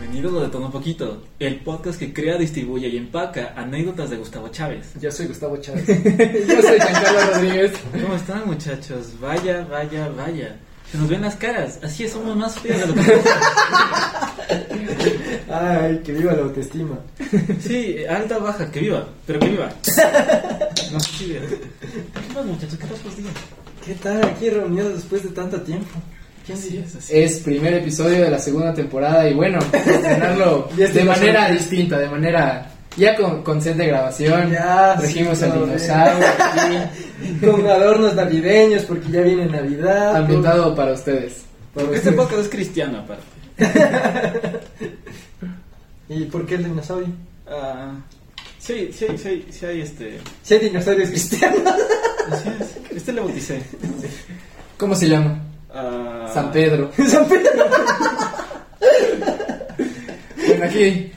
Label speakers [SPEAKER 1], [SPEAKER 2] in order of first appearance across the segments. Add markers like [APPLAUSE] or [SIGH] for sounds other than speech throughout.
[SPEAKER 1] Bandido lo detonó un poquito. El podcast que crea, distribuye y empaca anécdotas de Gustavo Chávez.
[SPEAKER 2] Yo soy Gustavo
[SPEAKER 3] [LAUGHS]
[SPEAKER 2] Chávez. Yo soy Giancarlo Rodríguez.
[SPEAKER 1] ¿Cómo están, muchachos? Vaya, vaya, vaya. Se nos ven las caras. Así es, somos más feos [LAUGHS] de lo que
[SPEAKER 2] Ay, que viva la autoestima.
[SPEAKER 1] Sí, alta baja, que viva, pero que [LAUGHS] viva. No sé si vieron. ¿Qué más, muchachos? ¿Qué pasó día?
[SPEAKER 3] ¿Qué tal aquí reunidos después de tanto tiempo?
[SPEAKER 1] ¿Quién diría eso?
[SPEAKER 2] Es primer episodio de la segunda temporada y bueno, estrenarlo
[SPEAKER 3] [LAUGHS] Ya
[SPEAKER 2] de
[SPEAKER 3] estoy
[SPEAKER 2] manera distinta, de manera... Ya con, con set de grabación,
[SPEAKER 3] Ya,
[SPEAKER 2] trajimos
[SPEAKER 3] sí,
[SPEAKER 2] al
[SPEAKER 3] todo bien.
[SPEAKER 2] dinosaurio aquí,
[SPEAKER 3] Con adornos navideños porque ya viene Navidad.
[SPEAKER 2] ambientado para ustedes.
[SPEAKER 3] Por-
[SPEAKER 1] Este podcast es cristiano, aparte.
[SPEAKER 3] ¿Y por qué el dinosaurio?
[SPEAKER 1] Ah, sí, sí, sí, sí hay este...
[SPEAKER 3] Si hay dinosaurios cristianos. [LAUGHS]
[SPEAKER 1] Así es. Este le bauticé.
[SPEAKER 2] ¿Cómo se llama?
[SPEAKER 1] Ah,
[SPEAKER 2] San Pedro.
[SPEAKER 3] San Pedro.
[SPEAKER 2] Bueno, aquí.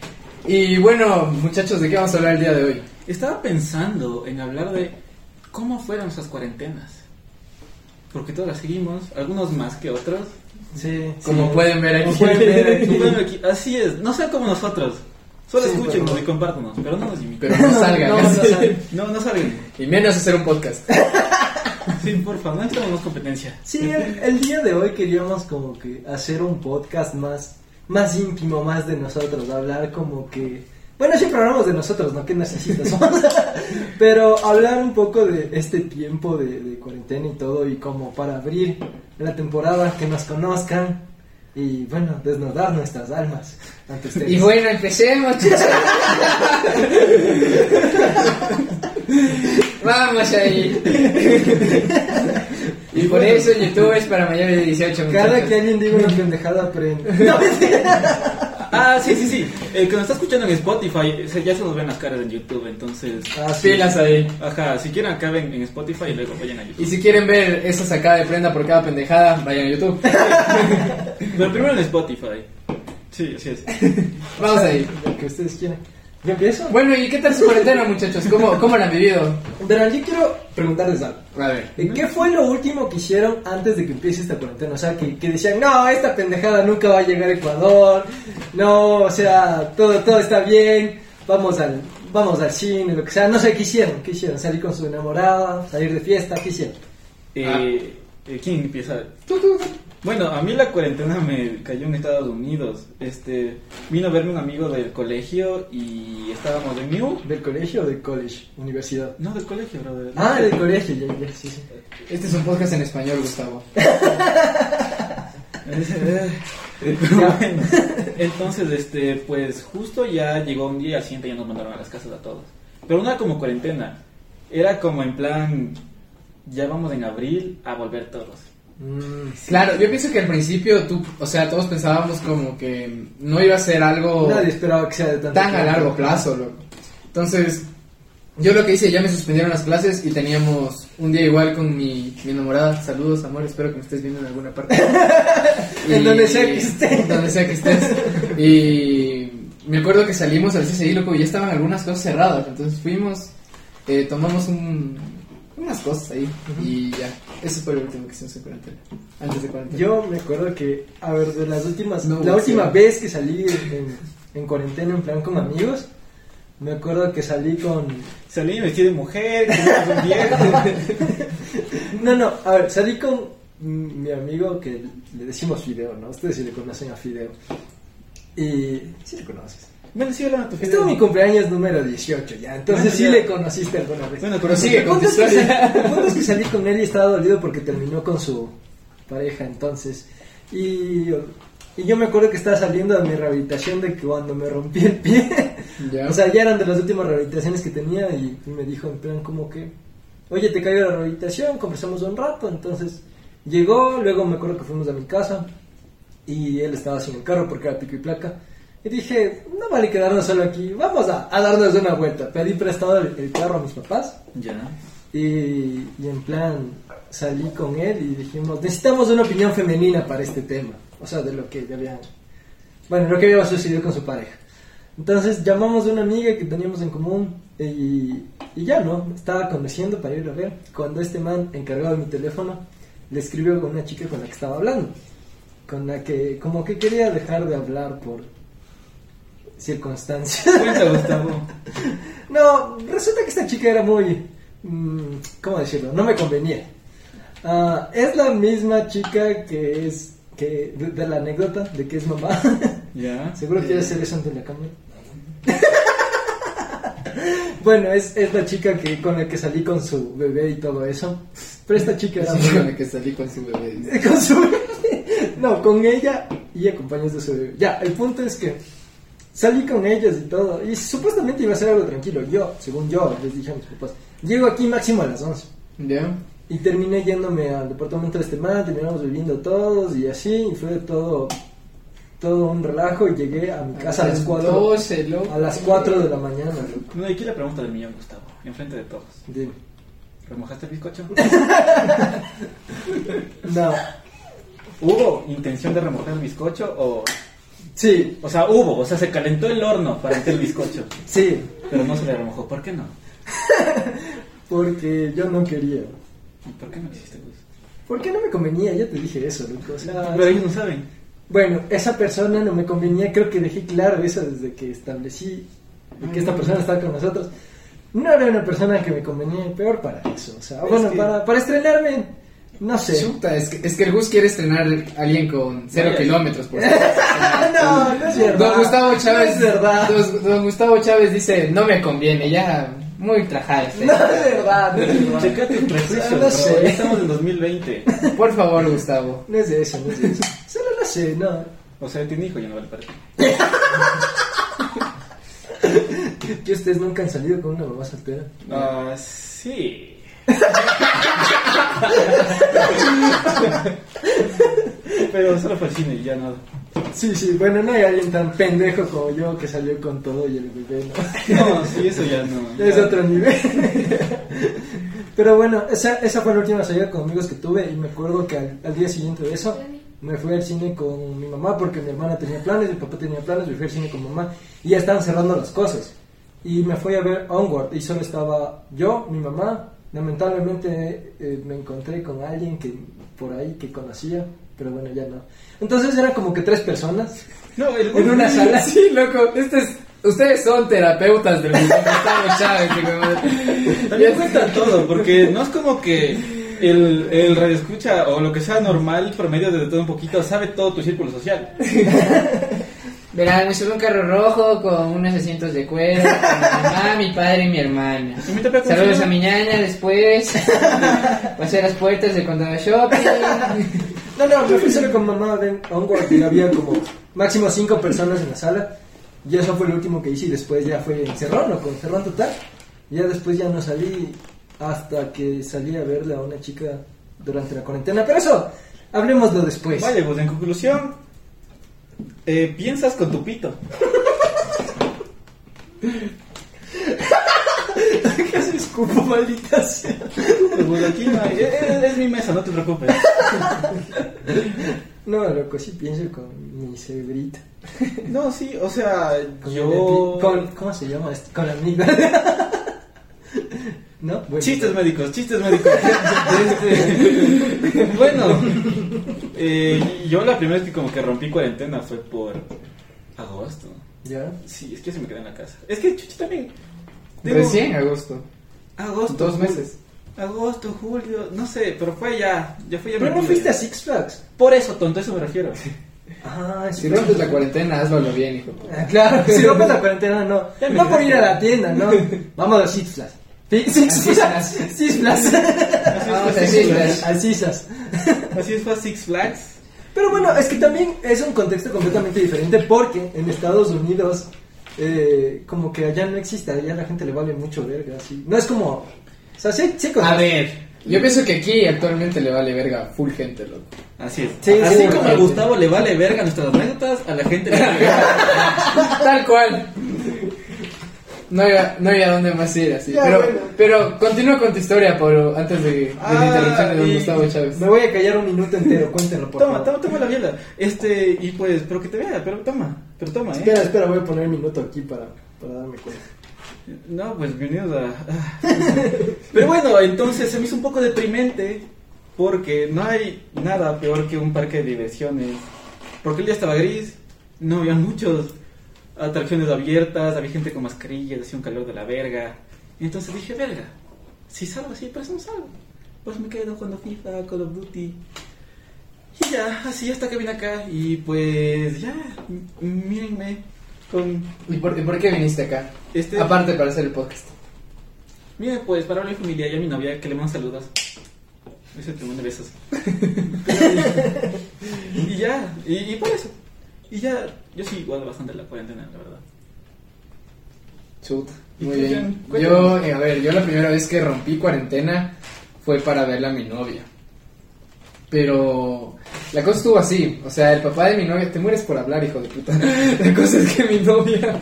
[SPEAKER 2] Y bueno, muchachos, ¿de qué vamos a hablar el día de hoy?
[SPEAKER 1] Estaba pensando en hablar de cómo fueron nuestras cuarentenas. Porque todas las seguimos, algunos más que otros.
[SPEAKER 3] Sí,
[SPEAKER 2] Como pueden ver
[SPEAKER 3] Como
[SPEAKER 2] aquí.
[SPEAKER 3] pueden ver
[SPEAKER 1] Y
[SPEAKER 3] aquí.
[SPEAKER 1] bueno, aquí- Así es, no sean como nosotros. Solo
[SPEAKER 3] Sí,
[SPEAKER 1] escúchenos
[SPEAKER 3] pero-
[SPEAKER 1] y compártanos, pero no nos imiten.
[SPEAKER 2] Pero no,
[SPEAKER 3] No,
[SPEAKER 2] salgan.
[SPEAKER 3] [LAUGHS] no, no salgan.
[SPEAKER 1] No, no saben.
[SPEAKER 2] Y menos hacer un podcast.
[SPEAKER 1] Sí, por favor, no entremos competencia.
[SPEAKER 3] Sí, el, el día de hoy queríamos como que hacer un podcast más, más íntimo, más de nosotros, hablar como que... Bueno, siempre hablamos de nosotros, ¿no? ¿Qué necesitas? [LAUGHS] Pero hablar un poco de este tiempo de, de cuarentena y todo, y como para abrir la temporada, que nos conozcan, y bueno, desnudar nuestras almas ante ustedes.
[SPEAKER 2] Y bueno,
[SPEAKER 3] [LAUGHS]
[SPEAKER 2] empecemos, chicos. Vamos ahí. Y por eso YouTube es para mayores de 18
[SPEAKER 3] Cada
[SPEAKER 2] muchachos.
[SPEAKER 3] que alguien diga una pendejada, aprende.
[SPEAKER 2] [LAUGHS]
[SPEAKER 1] Ah, sí, sí, sí. El que nos está escuchando en Spotify, se- ya se nos ven las caras en YouTube, entonces.
[SPEAKER 3] Así
[SPEAKER 2] Pilas ahí.
[SPEAKER 1] Ajá, si quieren acaben en Spotify y luego vayan a
[SPEAKER 2] Y
[SPEAKER 1] YouTube.
[SPEAKER 2] si quieren ver esa sacada de prenda por cada pendejada, vayan a YouTube.
[SPEAKER 1] Pero primero en Spotify. Sí, así
[SPEAKER 3] [LAUGHS]
[SPEAKER 1] es.
[SPEAKER 3] Ah.
[SPEAKER 2] Vamos ahí.
[SPEAKER 3] Lo que ustedes quieran. ¿Yo empiezo?
[SPEAKER 2] Bueno, ¿y qué tal su cuarentena, muchachos? ¿Cómo, cómo la han vivido?
[SPEAKER 3] Verán, yo quiero preguntarles algo.
[SPEAKER 2] A ver.
[SPEAKER 3] ¿Y ¿Qué fue lo último que hicieron antes de que empiece esta cuarentena? O sea, que, que decían, no, esta pendejada nunca va a llegar a Ecuador, no, o sea, todo, todo está bien, vamos al, vamos al cine, lo que sea, no sé qué hicieron, qué hicieron, salir con su enamorada, salir de fiesta, qué hicieron.
[SPEAKER 1] Eh, eh, ¿Quién empieza? Bueno, a mí la cuarentena me cayó en Estados Unidos. Este, vino a verme un amigo del colegio y estábamos de New.
[SPEAKER 3] ¿Del colegio o del college? Universidad.
[SPEAKER 1] No, del colegio, brother.
[SPEAKER 3] Ah,
[SPEAKER 1] [LAUGHS]
[SPEAKER 3] del colegio, ya, ya, sí, sí.
[SPEAKER 2] Este es un podcast en español, Gustavo.
[SPEAKER 1] Eh, Pero bueno, entonces, este, pues justo ya llegó un día y al siguiente ya nos mandaron a las casas a todos. Pero una como cuarentena. Era como en plan, ya vamos en abril a volver todos.
[SPEAKER 3] Mm.
[SPEAKER 2] Claro, yo pienso que al principio tú, o sea, todos pensábamos como que no iba a ser algo
[SPEAKER 3] Nadie esperaba que sea de tanto
[SPEAKER 2] tan a
[SPEAKER 3] tiempo.
[SPEAKER 2] largo plazo, loco. Entonces, yo lo que hice, ya me suspendieron las clases y teníamos un día igual con mi, mi enamorada. Saludos, amor, espero que me estés viendo en alguna parte.
[SPEAKER 3] [LAUGHS] En donde sea que estés.
[SPEAKER 2] en donde sea que estés. Y me acuerdo que salimos al CCI, loco, y ya estaban algunas cosas cerradas. Entonces fuimos, eh, tomamos un- unas cosas ahí y ya. Eso fue lo último que hicimos en cuarentena. Antes de cuarentena.
[SPEAKER 3] Yo me acuerdo que, a ver, de las últimas,
[SPEAKER 2] No,
[SPEAKER 3] la
[SPEAKER 2] sí.
[SPEAKER 3] última vez que salí en, en- en cuarentena en plan con amigos, me acuerdo que salí con,
[SPEAKER 1] Salí vestido de mujer, con un viejo.
[SPEAKER 3] [LAUGHS] no, no, a ver, salí con mi amigo que le decimos Fideo, ¿no? Ustedes sí le conocen a Fideo. Y sí le conoces.
[SPEAKER 1] Bueno, sí, hola, tu
[SPEAKER 3] Este es mi cumpleaños número 18 ya, entonces
[SPEAKER 1] Bueno,
[SPEAKER 3] sí
[SPEAKER 1] ya.
[SPEAKER 3] le conociste alguna vez.
[SPEAKER 1] Bueno,
[SPEAKER 2] Pero sigue
[SPEAKER 3] El
[SPEAKER 2] con
[SPEAKER 3] punto,
[SPEAKER 2] tu
[SPEAKER 3] es que,
[SPEAKER 2] historia.
[SPEAKER 3] sal- el punto es que salí con él y estaba dolido porque terminó con su pareja entonces. Y, y yo me acuerdo que estaba saliendo de mi rehabilitación de que cuando me rompí el pie.
[SPEAKER 2] Ya.
[SPEAKER 3] O sea, ya eran de las últimas rehabilitaciones que tenía y, y me dijo en plan como que, oye, te caigo de la rehabilitación, conversamos un rato. Entonces llegó, luego me acuerdo que fuimos a mi casa y él estaba sin el carro porque era pico y placa. Y dije, no vale quedarnos solo aquí, vamos a, a darnos una vuelta. Pedí prestado el- el carro a mis papás.
[SPEAKER 1] Ya.
[SPEAKER 3] Y, y en plan, salí con él y dijimos, necesitamos una opinión femenina para este tema. O sea, de lo que ya habían... Bueno, lo que había sucedido con su pareja. Entonces llamamos a una amiga que teníamos en común y, y ya, ¿no? Estaba conduciendo para ir a ver. Cuando este man encargado de mi teléfono le escribió con una chica con la que estaba hablando. Con la que como que quería dejar de hablar por, circunstancias.
[SPEAKER 1] Cuenta, Gustavo.
[SPEAKER 3] No, resulta que esta chica era muy... mm, ¿Cómo decirlo? No me convenía. Ah, es la misma chica que es... Que, de, de la anécdota de que es mamá. [LAUGHS]
[SPEAKER 1] ¿Ya?
[SPEAKER 3] Seguro quieres hacer eso ante la cámara. [LAUGHS] bueno, es, es la chica que con la que salí con su bebé y todo eso. Pero esta chica era
[SPEAKER 2] [LAUGHS] Sí,
[SPEAKER 3] muy-
[SPEAKER 2] con la que salí con su bebé. dice.
[SPEAKER 3] [LAUGHS] con su bebé. No, con ella y acompañados de su bebé. Ya, el punto es que salí con ellos y todo. Y supuestamente iba a ser algo tranquilo. Yo, según yo, les dije a mis papás, llego aquí máximo a las 11.
[SPEAKER 2] ¿Ya?
[SPEAKER 3] Y terminé yéndome al departamento de este man, terminamos viviendo todos y así. Y fue todo, todo un relajo. Y llegué a mi casa a las 4,
[SPEAKER 2] 12, loco.
[SPEAKER 3] a las 4 de la mañana. loco.
[SPEAKER 1] No, y aquí la pregunta del millón, Gustavo. Enfrente de todos.
[SPEAKER 3] Dime.
[SPEAKER 1] ¿Remojaste el bizcocho? [LAUGHS]
[SPEAKER 3] No,
[SPEAKER 1] ¿Hubo intención de remojar el bizcocho o.?
[SPEAKER 3] sí,
[SPEAKER 1] O sea, hubo, o sea, se calentó el horno para hacer el bizcocho,
[SPEAKER 3] sí,
[SPEAKER 1] pero no se le remojó. ¿Por qué no?
[SPEAKER 3] porque yo no quería.
[SPEAKER 1] ¿Y ¿Por qué no lo hiciste, Gus?
[SPEAKER 3] ¿Por qué no me convenía? Ya te dije eso, loco. O sea,
[SPEAKER 1] Pero ellos no saben.
[SPEAKER 3] Bueno, esa persona no me convenía, creo que dejé claro eso desde que establecí que esta persona estaba con nosotros. No era una persona que me convenía, peor para eso. O sea,
[SPEAKER 2] Es
[SPEAKER 3] bueno,
[SPEAKER 2] que-
[SPEAKER 3] para, para estrenarme, no sé.
[SPEAKER 2] [LAUGHS] Chuta, es que, es que el Gus quiere estrenar a alguien con cero
[SPEAKER 1] Vaya.
[SPEAKER 2] kilómetros por favor.
[SPEAKER 3] [LAUGHS] No, no es verdad.
[SPEAKER 2] Don Gustavo Chávez
[SPEAKER 3] No es verdad.
[SPEAKER 2] Don, don Gustavo Chávez dice, no me conviene, ya muy trajada este.
[SPEAKER 3] No es verdad, no es
[SPEAKER 2] [LAUGHS]
[SPEAKER 3] verdad.
[SPEAKER 1] Checate el prejuicio,
[SPEAKER 3] No
[SPEAKER 1] bro,
[SPEAKER 3] sé.
[SPEAKER 1] ya estamos en 2020.
[SPEAKER 2] Por favor, Gustavo.
[SPEAKER 3] No es de eso, no es de eso. Solo no sé, no.
[SPEAKER 1] O sea, tiene hijo, ya no vale para ti.
[SPEAKER 3] Que ustedes nunca han salido con una mamá soltera.
[SPEAKER 1] Ah, sí. [LAUGHS] Pero solo fue al cine y ya nada.
[SPEAKER 3] Sí, sí, bueno, no hay alguien tan pendejo como yo que salió con todo y el bebé, ¿no?
[SPEAKER 1] No, sí, eso ya no.
[SPEAKER 3] Es
[SPEAKER 1] Ya.
[SPEAKER 3] otro nivel. [LAUGHS] Pero bueno, esa, esa fue la última salida con amigos que tuve y me acuerdo que al, al día siguiente de eso me fui al cine con mi mamá porque mi hermana tenía planes, mi papá tenía planes, me fui al cine con mamá y ya estaban cerrando las cosas. Y me fui a ver Onward y solo estaba yo, mi mamá. Lamentablemente eh, me encontré con alguien que por ahí que conocía, pero bueno, ya no. Entonces eran como que tres personas
[SPEAKER 1] No, el
[SPEAKER 3] en una sala.
[SPEAKER 2] Sí, loco, este es- ustedes son terapeutas del Gustavo Chávez. hijo de madre.
[SPEAKER 1] También cuenta todo, porque no es como que el, el radioescucha o lo que sea normal, promedio de todo un poquito, sabe todo tu círculo social.
[SPEAKER 2] Verán, me subí un carro rojo con unos asientos de cuero, con mi mamá, mi padre y mi hermana.
[SPEAKER 1] Y me topé con
[SPEAKER 2] Saludos
[SPEAKER 1] una-
[SPEAKER 2] a mi ñaña después. [LAUGHS] Pasé a las puertas de Condado Shopping.
[SPEAKER 3] No, no, me fui solo con mamá a ver Onward y había como máximo cinco personas en la sala. Y eso fue lo último que hice y después ya fue en Cerrón o con Cerrón total. Y ya después ya no salí hasta que salí a verle a una chica durante la cuarentena. Pero eso, hablemoslo después.
[SPEAKER 1] Vale, pues en conclusión, eh, piensas con tu pito.
[SPEAKER 3] Casi escupo, maldita sea.
[SPEAKER 1] Pues, bueno, aquí no hay- eh, eh, es mi mesa, no te preocupes.
[SPEAKER 3] No, loco, sí pienso con mi cerebrita.
[SPEAKER 1] No, sí, o sea,
[SPEAKER 3] Con
[SPEAKER 1] yo...
[SPEAKER 3] mi- Con, ¿Cómo se llama? esto? Con la amiga. [LAUGHS] ¿No? Bueno.
[SPEAKER 1] Chistes médicos, chistes médicos. Este, bueno, eh, yo la primera vez que como que rompí cuarentena fue por agosto.
[SPEAKER 3] ¿Ya?
[SPEAKER 1] Sí, es que se me quedé en la casa. Es que Chuchi también. Digo,
[SPEAKER 2] Recién agosto.
[SPEAKER 1] Agosto.
[SPEAKER 2] Dos
[SPEAKER 1] julio-
[SPEAKER 2] meses.
[SPEAKER 1] Agosto, julio, no sé, pero fue ya. Ya fue ya
[SPEAKER 3] Pero no
[SPEAKER 1] metido
[SPEAKER 3] fuiste
[SPEAKER 1] ya.
[SPEAKER 3] a Six Flags.
[SPEAKER 1] Por eso, tonto, a eso me refiero. [LAUGHS]
[SPEAKER 3] Ah,
[SPEAKER 2] Si rompes la cuarentena, hazlo a lo bien, hijo.
[SPEAKER 3] Ah, Claro, si rompes la cuarentena, no.
[SPEAKER 1] Ya me
[SPEAKER 3] No por
[SPEAKER 1] dije.
[SPEAKER 3] ir a la tienda, no. Vamos a los Six Flags. Sí, Six Flags. Six Flags.
[SPEAKER 2] Vamos a
[SPEAKER 1] Así
[SPEAKER 2] Six
[SPEAKER 1] es, fue a
[SPEAKER 2] Flags.
[SPEAKER 1] Six
[SPEAKER 3] A Six Flags.
[SPEAKER 1] Flags. Así es, fue a Six Flags.
[SPEAKER 3] Pero bueno, es que también es un contexto completamente diferente porque en Estados Unidos, eh, como que allá no existe, allá la gente le vale mucho verga. Así. No es como. O sea, sí, sí, con-
[SPEAKER 1] ver.
[SPEAKER 2] Yo pienso que aquí actualmente le vale verga a full gente, loco.
[SPEAKER 1] Así es.
[SPEAKER 3] Sí,
[SPEAKER 1] Así
[SPEAKER 3] sí,
[SPEAKER 1] como
[SPEAKER 3] sí.
[SPEAKER 1] a Gustavo le vale verga nuestras anécdotas, a la gente le vale [LAUGHS] verga.
[SPEAKER 2] Tal cual. No había, no había dónde más ir así.
[SPEAKER 3] Ya,
[SPEAKER 2] pero,
[SPEAKER 3] bueno.
[SPEAKER 2] pero continúa con tu historia, Pablo, antes de, de la
[SPEAKER 1] Ah,
[SPEAKER 2] interrupción de don
[SPEAKER 1] y-
[SPEAKER 2] Gustavo Chávez.
[SPEAKER 3] Me voy a callar un minuto entero, cuéntenlo por
[SPEAKER 1] Toma,
[SPEAKER 3] favor.
[SPEAKER 1] toma, toma la biela. Este, y pues, pero que te vea, pero toma, pero toma, eh.
[SPEAKER 3] Espera, espera, voy a poner un minuto aquí para, para darme cuenta.
[SPEAKER 1] No, pues bienvenidos a. [LAUGHS] Pero bueno, entonces se me hizo un poco deprimente porque no hay nada peor que un parque de diversiones. Porque el día estaba gris, no había muchos. atracciones abiertas, había gente con mascarillas, hacía un calor de la verga. Y entonces dije, verga, si salgo así, pues no salgo. Pues me quedo jugando FIFA, Call of Duty. Y ya, así hasta que vine acá. Y pues ya, m- mírenme con...
[SPEAKER 2] ¿Y por, y por qué viniste acá?
[SPEAKER 1] Este-
[SPEAKER 2] Aparte para hacer el podcast.
[SPEAKER 1] Miren, pues para mi familia y a mi novia que le mando saludos. Ese te mando besos. y ya, y, y por eso. Y ya, yo sí igual bastante la cuarentena, la verdad.
[SPEAKER 2] Chuta.
[SPEAKER 1] ¿Y
[SPEAKER 2] Muy
[SPEAKER 1] tú,
[SPEAKER 2] bien.
[SPEAKER 1] Jan?
[SPEAKER 2] Yo,
[SPEAKER 1] Cuéntanos.
[SPEAKER 2] eh, a ver, yo la primera vez que rompí cuarentena fue para verla a mi novia. Pero la cosa estuvo así. O sea, el papá de mi novia. Te mueres por hablar, hijo de puta. [LAUGHS] La cosa es que mi novia.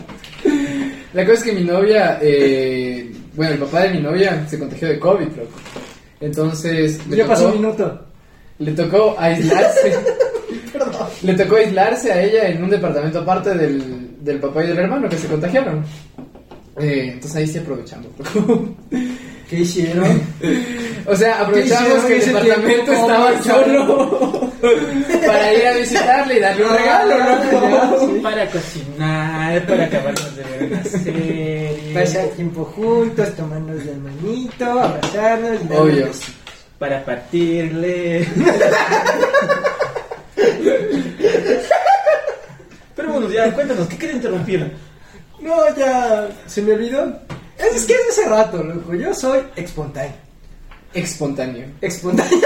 [SPEAKER 2] La cosa es que mi novia. eh, bueno, el papá de mi novia se contagió de COVID, loco. Entonces. le
[SPEAKER 3] Ya pasó
[SPEAKER 2] tocó-
[SPEAKER 3] un minuto.
[SPEAKER 2] le tocó aislarse.
[SPEAKER 3] [LAUGHS]
[SPEAKER 2] Le tocó aislarse a ella en un departamento aparte del, del papá y del hermano que se contagiaron. Eh, entonces ahí sí aprovechamos.
[SPEAKER 3] ¿Qué hicieron?
[SPEAKER 2] [LAUGHS] o sea, aprovechamos
[SPEAKER 3] ¿Qué
[SPEAKER 2] que el
[SPEAKER 3] hicieron ese
[SPEAKER 2] departamento
[SPEAKER 3] tiempo?
[SPEAKER 2] estaba solo [LAUGHS]
[SPEAKER 3] Aprovechamos.
[SPEAKER 2] para ir a visitarle y darle un
[SPEAKER 3] Ah,
[SPEAKER 2] regalo,
[SPEAKER 3] [LAUGHS] ya,
[SPEAKER 2] ¿no?
[SPEAKER 3] sí.
[SPEAKER 1] Para cocinar, para acabarnos de ver una serie.
[SPEAKER 3] Pasar tiempo juntos, tomarnos de manito, abrazarnos. darnos
[SPEAKER 2] Obvio.
[SPEAKER 3] besitos.
[SPEAKER 1] Para partirle. Pero bueno, ya, cuéntanos, ¿qué quería interrumpir?
[SPEAKER 3] No, ya se me olvidó. Es, es que es de ese rato, loco. Yo soy espontáneo.
[SPEAKER 2] Espontáneo.
[SPEAKER 3] Espontáneo.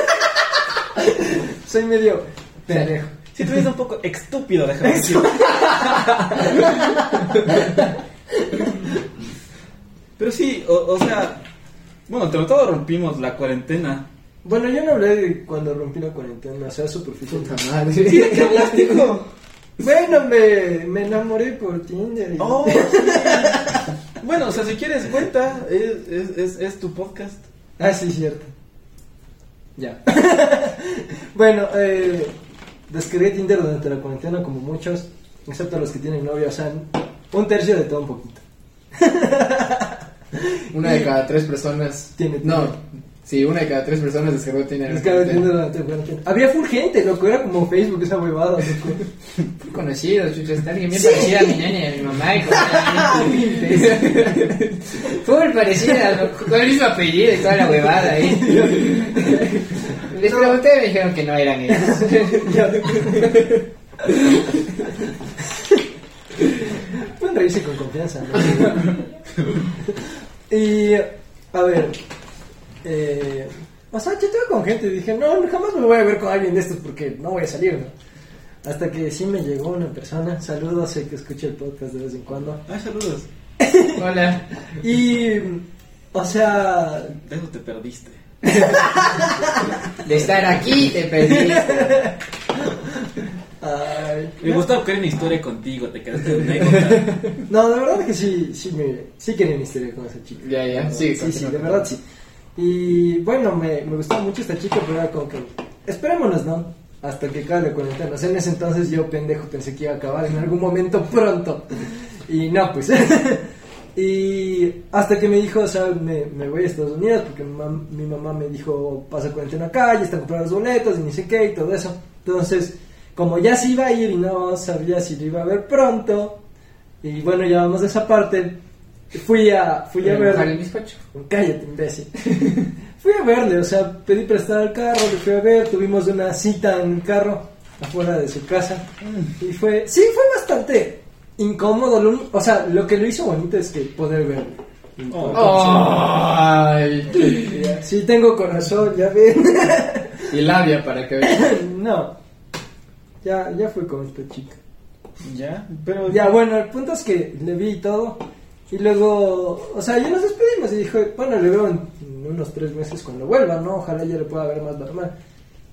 [SPEAKER 3] [LAUGHS] soy medio pendejo.
[SPEAKER 1] Si tú eres un poco estúpido, déjame decir. Pero sí, o, o sea, bueno, entre todos rompimos la cuarentena.
[SPEAKER 3] Bueno, yo no hablé de cuando rompí la cuarentena, o sea, superficial.
[SPEAKER 2] Puta madre.
[SPEAKER 3] ¿Qué hablaste, hijo? Bueno, me, me enamoré por Tinder. y-
[SPEAKER 1] Oh, sí. Bueno, o sea, si quieres cuenta, es, es, es, es tu podcast.
[SPEAKER 3] Ah, sí, cierto.
[SPEAKER 2] Ya.
[SPEAKER 3] [LAUGHS] Bueno, eh, descargué Tinder durante la cuarentena como muchos, excepto los que tienen novia, o sea, un tercio de todo un poquito.
[SPEAKER 2] [LAUGHS] Una de cada tres personas.
[SPEAKER 3] Tiene-
[SPEAKER 2] No. Sí, una de cada tres personas descargó Tinder.
[SPEAKER 3] Descargué Tinder durante la cuarentena. Había full gente, loco, era como Facebook esa huevada, loco.
[SPEAKER 2] Fui conocido, chucha. Está alguien bien parecida a mi nena y a mi mamá. Y con- Full parecida, con el mismo apellido y toda la huevada ahí. Les pregunté y me dijeron que no eran ellos.
[SPEAKER 3] Pueden reírse con confianza. ¿no? y, a ver, eh, o sea, yo estaba con gente y dije, no, jamás me voy a ver con alguien de estos porque no voy a salir, ¿no? Hasta que sí me llegó una persona, saludos, sé que escucha el podcast de vez en cuando.
[SPEAKER 1] Ah, saludos.
[SPEAKER 2] Hola.
[SPEAKER 3] Y, o sea,
[SPEAKER 1] De eso te perdiste.
[SPEAKER 2] De estar aquí te perdiste.
[SPEAKER 3] ay,
[SPEAKER 1] Me gustaba crear una historia contigo, te quedaste en anécdota.
[SPEAKER 3] no, de verdad que sí, sí me, sí quería mi historia con esa chica.
[SPEAKER 2] Ya, ya, sí,
[SPEAKER 3] sí, sí,
[SPEAKER 2] continúa.
[SPEAKER 3] de verdad sí. Y bueno, me, me gustaba mucho esta chica, pero era como que, esperémonos, ¿no? Hasta que acabe la cuarentena. O sea, en ese entonces yo, pendejo, pensé que iba a acabar en algún momento pronto. Y no, pues. [LAUGHS] y hasta que me dijo, o sea, me, me voy a Estados Unidos, porque mi, mam- mi mamá me dijo, pasa cuarentena acá, ya están comprando los boletos, y ni sé qué, y todo eso. Entonces, como ya se iba a ir y no sabía si lo iba a ver pronto, y bueno, ya vamos de esa parte, fui a, fui a ver...
[SPEAKER 2] Mojar el bizcocho.
[SPEAKER 3] Cállate, imbécil. [LAUGHS] fui a verle, o sea, pedí prestado el carro, le fui a ver, tuvimos una cita en carro afuera de su casa. Y fue, sí, fue bastante incómodo. lo uni- o sea, lo que lo hizo bonito es que poder verle.
[SPEAKER 1] Oh.
[SPEAKER 2] Ay.
[SPEAKER 3] Sí, tengo corazón, ya ven. [LAUGHS]
[SPEAKER 2] Y labia para que veas.
[SPEAKER 3] no. Ya, ya fue con esta chica.
[SPEAKER 1] ya, pero
[SPEAKER 3] Ya, bueno, el punto es que le vi y todo. Y luego, o sea, ya nos despedimos. Y dijo, bueno, le veo en, en unos tres meses cuando vuelva, ¿no? Ojalá ya le pueda ver más normal.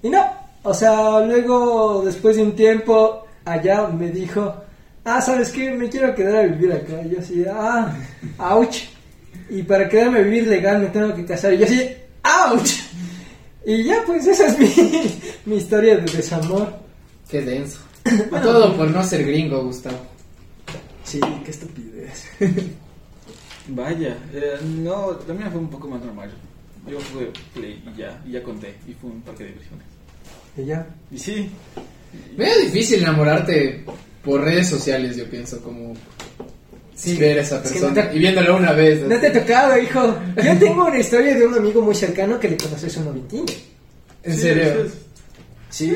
[SPEAKER 3] Y no, o sea, luego, después de un tiempo, allá me dijo, ah, ¿sabes qué? Me quiero quedar a vivir acá. Y yo así, ah, ouch. Y para quedarme a vivir legal me tengo que casar. Y yo así, ouch. Y ya, pues esa es mi, [LAUGHS] mi historia de desamor.
[SPEAKER 2] Qué denso. Todo por no ser gringo, Gustavo.
[SPEAKER 3] Sí, qué estupidez.
[SPEAKER 1] Vaya, eh, no, la mía fue un poco más normal. Yo jugué Play y ya, y ya conté, y fue un parque de diversiones.
[SPEAKER 3] Y ya,
[SPEAKER 1] Y sí,
[SPEAKER 2] Medio difícil enamorarte por redes sociales, yo pienso, como
[SPEAKER 3] Sí.
[SPEAKER 2] ver a esa
[SPEAKER 3] Es que
[SPEAKER 2] persona
[SPEAKER 3] no te-
[SPEAKER 2] y viéndola una vez.
[SPEAKER 3] No
[SPEAKER 2] así.
[SPEAKER 3] te ha tocado, hijo. Yo tengo una historia de un amigo muy cercano que le conoció a su novitín.
[SPEAKER 2] En serio.
[SPEAKER 3] Sí.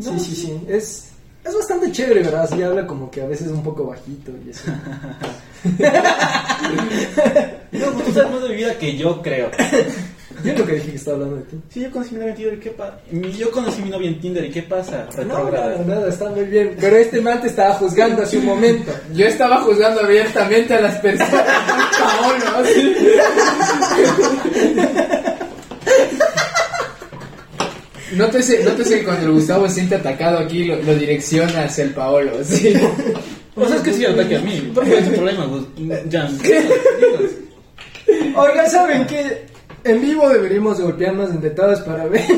[SPEAKER 3] Sí, sí, sí. Es, es bastante chévere, ¿verdad? Sí, habla como que a veces un poco bajito y eso.
[SPEAKER 1] No, pues tú sabes más de mi vida que yo, creo.
[SPEAKER 3] Yo creo que dije que estaba hablando de ti.
[SPEAKER 1] Sí, yo conocí mi novia en Tinder y qué pasa. Yo conocí mi novia en Tinder y qué pasa.
[SPEAKER 3] No,
[SPEAKER 1] Retrógrada.
[SPEAKER 3] nada, nada, está muy bien. Pero este man te estaba juzgando hace un momento.
[SPEAKER 2] Yo estaba juzgando abiertamente a las personas. Paolo, así. Nótese, nótese que cuando el Gustavo se siente atacado aquí lo, lo direcciona hacia el Paolo, sí.
[SPEAKER 1] O sea, es que sí, ataque a mí. ¿Cuál es tu problema, Gus? Ya, dinos.
[SPEAKER 3] Oigan, ¿saben qué? En vivo deberíamos de golpearnos en tetadas para ver. [LAUGHS]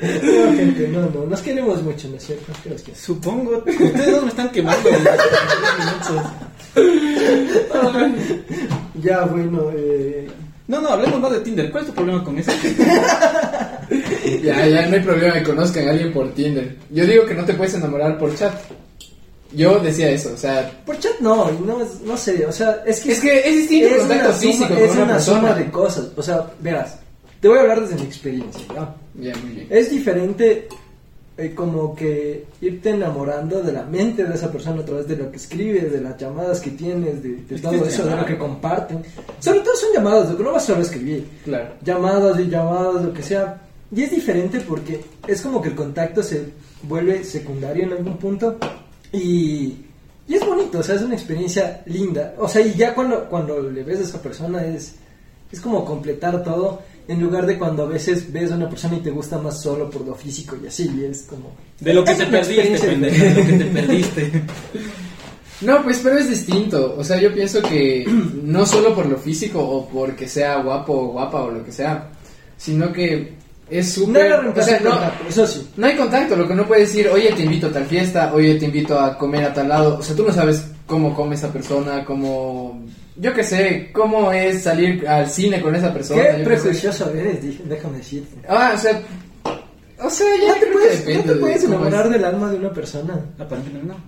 [SPEAKER 3] No, mentiras. no, gente, no, no. Nos queremos mucho, ¿no es cierto? Creo que sí.
[SPEAKER 1] Supongo. Ustedes dos me están quemando. [LAUGHS]
[SPEAKER 3] Ya, bueno, eh.
[SPEAKER 1] No, no, hablemos más de Tinder. ¿Cuál es tu problema con eso?
[SPEAKER 2] Ya, ya no hay problema que conozcan a alguien por Tinder. Yo digo que no te puedes enamorar por chat. Yo decía eso, o sea,
[SPEAKER 3] Por chat no, no, es- no sé, o sea, es que
[SPEAKER 2] es que es distinto el
[SPEAKER 3] es
[SPEAKER 2] contacto
[SPEAKER 3] una,
[SPEAKER 2] físico
[SPEAKER 3] suma,
[SPEAKER 2] con
[SPEAKER 3] es
[SPEAKER 2] una,
[SPEAKER 3] una
[SPEAKER 2] persona.
[SPEAKER 3] suma de cosas, o sea, verás, te voy a hablar desde mi experiencia, ¿ya?
[SPEAKER 2] Ya, muy bien.
[SPEAKER 3] Es diferente eh, como que irte enamorando de la mente de esa persona a través de lo que escribes, de las llamadas que tienes, de, de
[SPEAKER 1] Es que
[SPEAKER 3] todo
[SPEAKER 1] es
[SPEAKER 3] eso, de lo
[SPEAKER 1] llamar.
[SPEAKER 3] que comparten. Sobre todo son llamadas, lo que no vas solo a escribir,
[SPEAKER 2] Claro.
[SPEAKER 3] llamadas y llamadas, lo que sea. Y es diferente porque es como que el contacto se vuelve secundario en algún punto y, y es bonito, o sea, es una experiencia linda. O sea, y ya cuando, cuando le ves a esa persona es, es como completar todo en lugar de cuando a veces ves a una persona y te gusta más solo por lo físico y así, y es como...
[SPEAKER 1] De lo que
[SPEAKER 3] Es
[SPEAKER 1] te
[SPEAKER 3] una
[SPEAKER 1] perdiste,
[SPEAKER 3] experiencia
[SPEAKER 1] pendejo.
[SPEAKER 2] [LAUGHS]
[SPEAKER 1] De lo que te perdiste.
[SPEAKER 2] No, pues pero es distinto. O sea, yo pienso que [CLEARS THROAT] no solo por lo físico o porque sea guapo o guapa o lo que sea, sino que es
[SPEAKER 3] No
[SPEAKER 2] súper...
[SPEAKER 3] era
[SPEAKER 2] o sea,
[SPEAKER 3] reemplazable,
[SPEAKER 2] no,
[SPEAKER 3] eso sí.
[SPEAKER 2] no hay contacto, lo que no puedes decir, oye, te invito a tal fiesta, oye, te invito a comer a tal lado. O sea, tú no sabes cómo come esa persona, cómo... Yo qué sé, cómo es salir al cine con esa persona. yo
[SPEAKER 3] Qué
[SPEAKER 2] qué sé.
[SPEAKER 3] prejuicioso eres, dije, déjame decirte.
[SPEAKER 2] Ah, o sea... O sea, ya
[SPEAKER 3] No te
[SPEAKER 2] creo que
[SPEAKER 3] puedes, no
[SPEAKER 2] depende de
[SPEAKER 3] te puedes
[SPEAKER 2] cómo es.
[SPEAKER 3] enamorar del alma de una persona.
[SPEAKER 1] Aparentemente Ah, no.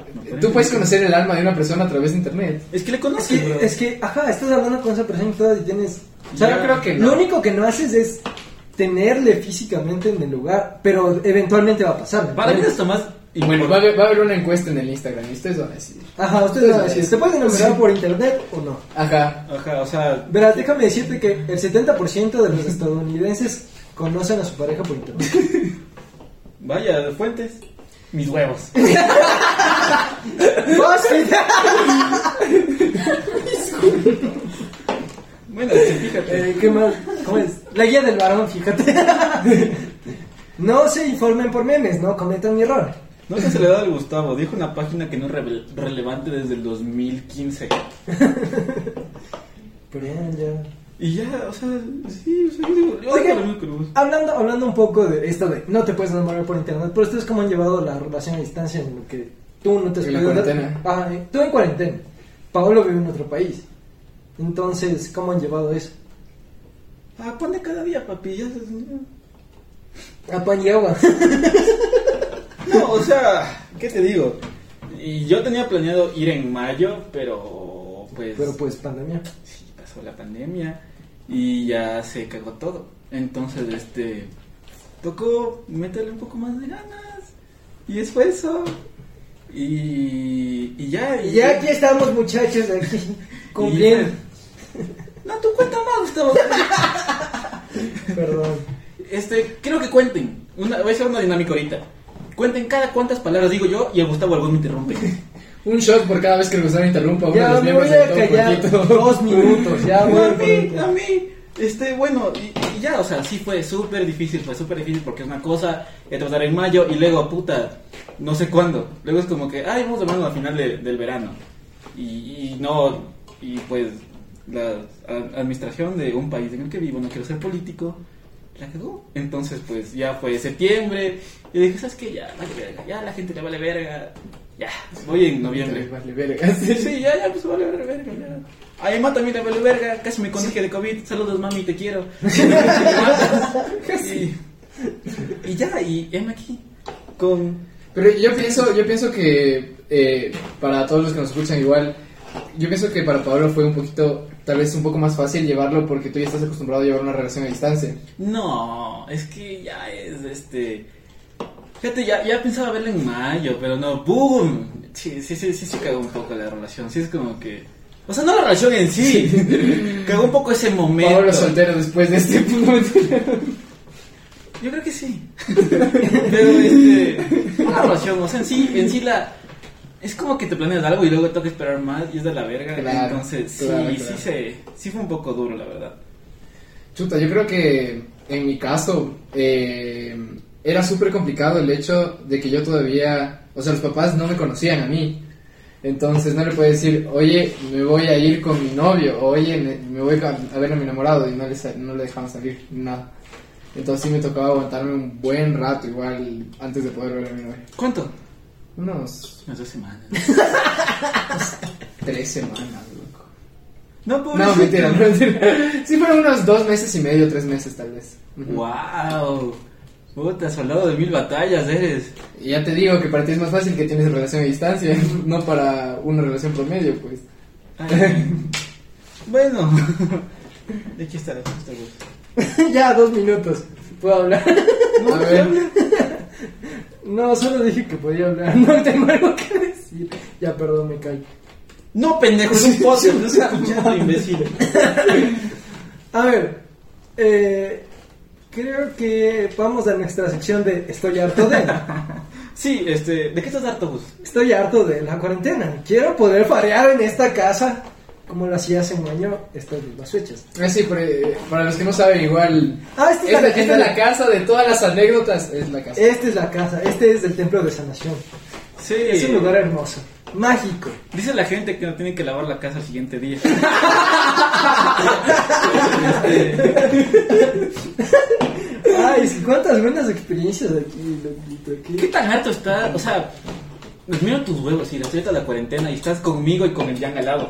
[SPEAKER 1] Aparentemente
[SPEAKER 2] Tú puedes
[SPEAKER 1] no.
[SPEAKER 2] conocer el alma de una persona a través de internet.
[SPEAKER 1] Es que le
[SPEAKER 3] Es
[SPEAKER 1] conoces,
[SPEAKER 3] que,
[SPEAKER 1] bro.
[SPEAKER 3] es que, ajá, estás hablando con esa persona y todo y tienes... o sea,
[SPEAKER 2] Yo creo que no.
[SPEAKER 3] Lo único que no haces es tenerle físicamente en el lugar, pero eventualmente va a pasar. ¿me
[SPEAKER 1] Para mí
[SPEAKER 3] entiendes?
[SPEAKER 1] esto más... y
[SPEAKER 2] Bueno, va a, haber, va a haber una encuesta en el Instagram y ustedes van a decir.
[SPEAKER 3] Ajá, ustedes van a
[SPEAKER 2] Sí.
[SPEAKER 3] decir, ¿te pueden enamorar por internet o no?
[SPEAKER 2] Ajá.
[SPEAKER 1] Ajá, o sea...
[SPEAKER 3] Verás, déjame decirte que el 70% de los estadounidenses conocen a su pareja por [LAUGHS] internet.
[SPEAKER 1] Vaya, de fuentes. Mis huevos.
[SPEAKER 3] BuzzFeed.
[SPEAKER 1] [LAUGHS] Bueno, sí, fíjate.
[SPEAKER 3] Eh, ¿Qué más? ¿Cómo es? La guía del varón, fíjate. [LAUGHS] No se informen por memes, no cometan mi error.
[SPEAKER 1] No se le da al Gustavo. Dijo una página que no es revel- relevante desde el 2015.
[SPEAKER 3] Pero ya, ya.
[SPEAKER 1] Y ya, o sea, sí, o sea, yo digo, yo
[SPEAKER 3] Oigan,
[SPEAKER 1] lo mismo que el Gus.
[SPEAKER 3] Hablando, hablando un poco de esto de no te puedes enamorar por internet, pero ustedes cómo han llevado la relación a distancia en lo que tú no te has
[SPEAKER 2] En la
[SPEAKER 3] podido dar-
[SPEAKER 2] cuarentena.
[SPEAKER 3] Ah, eh, tú en cuarentena. Paolo vive en otro país. Entonces, ¿cómo han llevado eso?
[SPEAKER 1] Ah, pan de cada día, papi. Ya, se-
[SPEAKER 3] A pan
[SPEAKER 2] [LAUGHS]
[SPEAKER 3] y agua. [LAUGHS]
[SPEAKER 1] No, o sea, ¿qué te digo? Y yo tenía planeado ir en mayo, pero pues,
[SPEAKER 3] Pero pues, pandemia.
[SPEAKER 1] sí, pasó la pandemia y ya se cagó todo. Entonces, este, tocó meterle un poco más de ganas. Y es fue eso. Y, y ya.
[SPEAKER 3] Y ya aquí estamos, muchachos,
[SPEAKER 2] [LAUGHS]
[SPEAKER 3] aquí cumpliendo.
[SPEAKER 1] bien No, tú cuenta más, Gustavo.
[SPEAKER 3] Perdón. [LAUGHS]
[SPEAKER 1] Este, creo que cuenten. Una, voy a hacer una dinámica ahorita. Cuenten cada cuántas palabras digo yo y el Gustavo algún me interrumpe.
[SPEAKER 2] Un shot por cada vez que el Gustavo interrumpa a uno de
[SPEAKER 3] Ya
[SPEAKER 2] los
[SPEAKER 3] me
[SPEAKER 2] miembros
[SPEAKER 3] voy
[SPEAKER 2] del
[SPEAKER 3] a
[SPEAKER 2] Todo
[SPEAKER 3] callar
[SPEAKER 2] Poquito.
[SPEAKER 3] dos minutos. Ya
[SPEAKER 1] No,
[SPEAKER 3] voy
[SPEAKER 1] a
[SPEAKER 3] a
[SPEAKER 1] mí, a mí. Este, bueno, y, y ya, o sea, sí fue súper difícil, fue súper difícil porque es una cosa de tratar en mayo y luego, puta, no sé cuándo. Luego es como que, ay, vamos hablando al final de- del verano. Y, y no, y pues la a- administración de un país en el que vivo, no quiero ser político, la cagó. Entonces, pues ya fue septiembre y dije, ¿sabes qué? Ya, vale verga, ya la gente le vale verga, ya, voy en noviembre.
[SPEAKER 2] [LAUGHS] Vale, [LAUGHS] verga.
[SPEAKER 1] [LAUGHS]
[SPEAKER 2] Sí,
[SPEAKER 1] Sí, sí, ya, ya, pues vale, vale, verga, ya. Ay, mátame, te vale verga, casi me contagié de COVID. Saludos, mami, te
[SPEAKER 2] [LAUGHS]
[SPEAKER 1] quiero. y, y ya, y heme aquí. Con.
[SPEAKER 2] Pero yo pienso, yo pienso que eh, para todos los que nos escuchan igual, yo pienso que para Pablo fue un poquito, tal vez un poco más fácil llevarlo porque tú ya estás acostumbrado a llevar una relación a distancia.
[SPEAKER 1] No, es que ya es este. Fíjate, ya, ya pensaba verla en mayo, pero no, ¡boom! Sí, sí, sí, sí, se cagó un poco la relación. Sí, es como que. O sea, no la relación en sí. [LAUGHS] Cagó un poco ese momento.
[SPEAKER 2] Pablo soltero después de este [LAUGHS] punto.
[SPEAKER 1] Yo creo que sí. [LAUGHS] Pero este, una relación, o sea, en sí, en sí la es como que te planeas algo y luego toca esperar más y es de la verga.
[SPEAKER 2] Claro,
[SPEAKER 1] Entonces, sí,
[SPEAKER 2] claro, claro.
[SPEAKER 1] sí se sí fue un poco duro, la verdad.
[SPEAKER 2] Chuta, yo creo que en mi caso eh, era súper complicado el hecho de que yo todavía, o sea, los papás no me conocían a mí. Entonces no le podía decir, oye, me voy a ir con mi novio, o, oye, me, me voy a a ver a mi enamorado y no le, sa- no le dejaban salir, nada. Entonces sí me tocaba aguantarme un buen rato igual antes de poder ver a mi novio.
[SPEAKER 1] ¿Cuánto?
[SPEAKER 2] Unos
[SPEAKER 1] Unas dos semanas.
[SPEAKER 2] tres semanas, loco.
[SPEAKER 1] [LAUGHS] No,
[SPEAKER 2] No, mentira, no, mentira. Sí fueron unos dos meses y medio, tres meses tal vez. Ujú.
[SPEAKER 1] Wow. Puta, soldado de mil batallas eres.
[SPEAKER 2] Y ya te digo que para ti es más fácil que tienes relación a distancia, [LAUGHS] no para una relación promedio, pues. [LAUGHS]
[SPEAKER 1] Ay, bueno. ¿De qué estará? Está bueno.
[SPEAKER 3] ya, dos minutos. Puedo hablar. [LAUGHS]
[SPEAKER 2] A ver,
[SPEAKER 3] No, solo dije que podía hablar. [LAUGHS] No tengo algo que decir. Ya, perdón, me callo.
[SPEAKER 1] No, pendejo, es un podcast, no se
[SPEAKER 2] [LAUGHS]
[SPEAKER 1] escucha, imbécil.
[SPEAKER 3] A ver, eh, creo que vamos a nuestra sección de Estoy harto
[SPEAKER 1] [LAUGHS]
[SPEAKER 3] de.
[SPEAKER 1] Sí, este, ¿de qué estás harto, Gus?
[SPEAKER 3] Estoy harto de la cuarentena. Quiero poder parear en esta casa como lo hacía hace un año estas mismas fechas.
[SPEAKER 2] Ah, sí, por- eh, para los que no saben, igual.
[SPEAKER 3] Ah, esta es
[SPEAKER 2] Esta,
[SPEAKER 3] la-
[SPEAKER 2] esta
[SPEAKER 3] esta
[SPEAKER 2] es
[SPEAKER 3] es
[SPEAKER 2] la casa de todas las anécdotas, es la casa.
[SPEAKER 3] Esta es la casa, este es el templo de sanación.
[SPEAKER 1] Sí,
[SPEAKER 3] Es un lugar hermoso, mágico.
[SPEAKER 1] Dice la gente que no tienen que lavar la casa al siguiente
[SPEAKER 3] [LAUGHS]
[SPEAKER 1] día. Este,
[SPEAKER 3] Ay, sí, cuántas buenas experiencias aquí, loquito,
[SPEAKER 1] ¿Qué
[SPEAKER 3] aquí.
[SPEAKER 1] tan harto estás? O sea, pues miro tus huevos y la estoy harta de la cuarentena y estás conmigo y con el Yang al lado.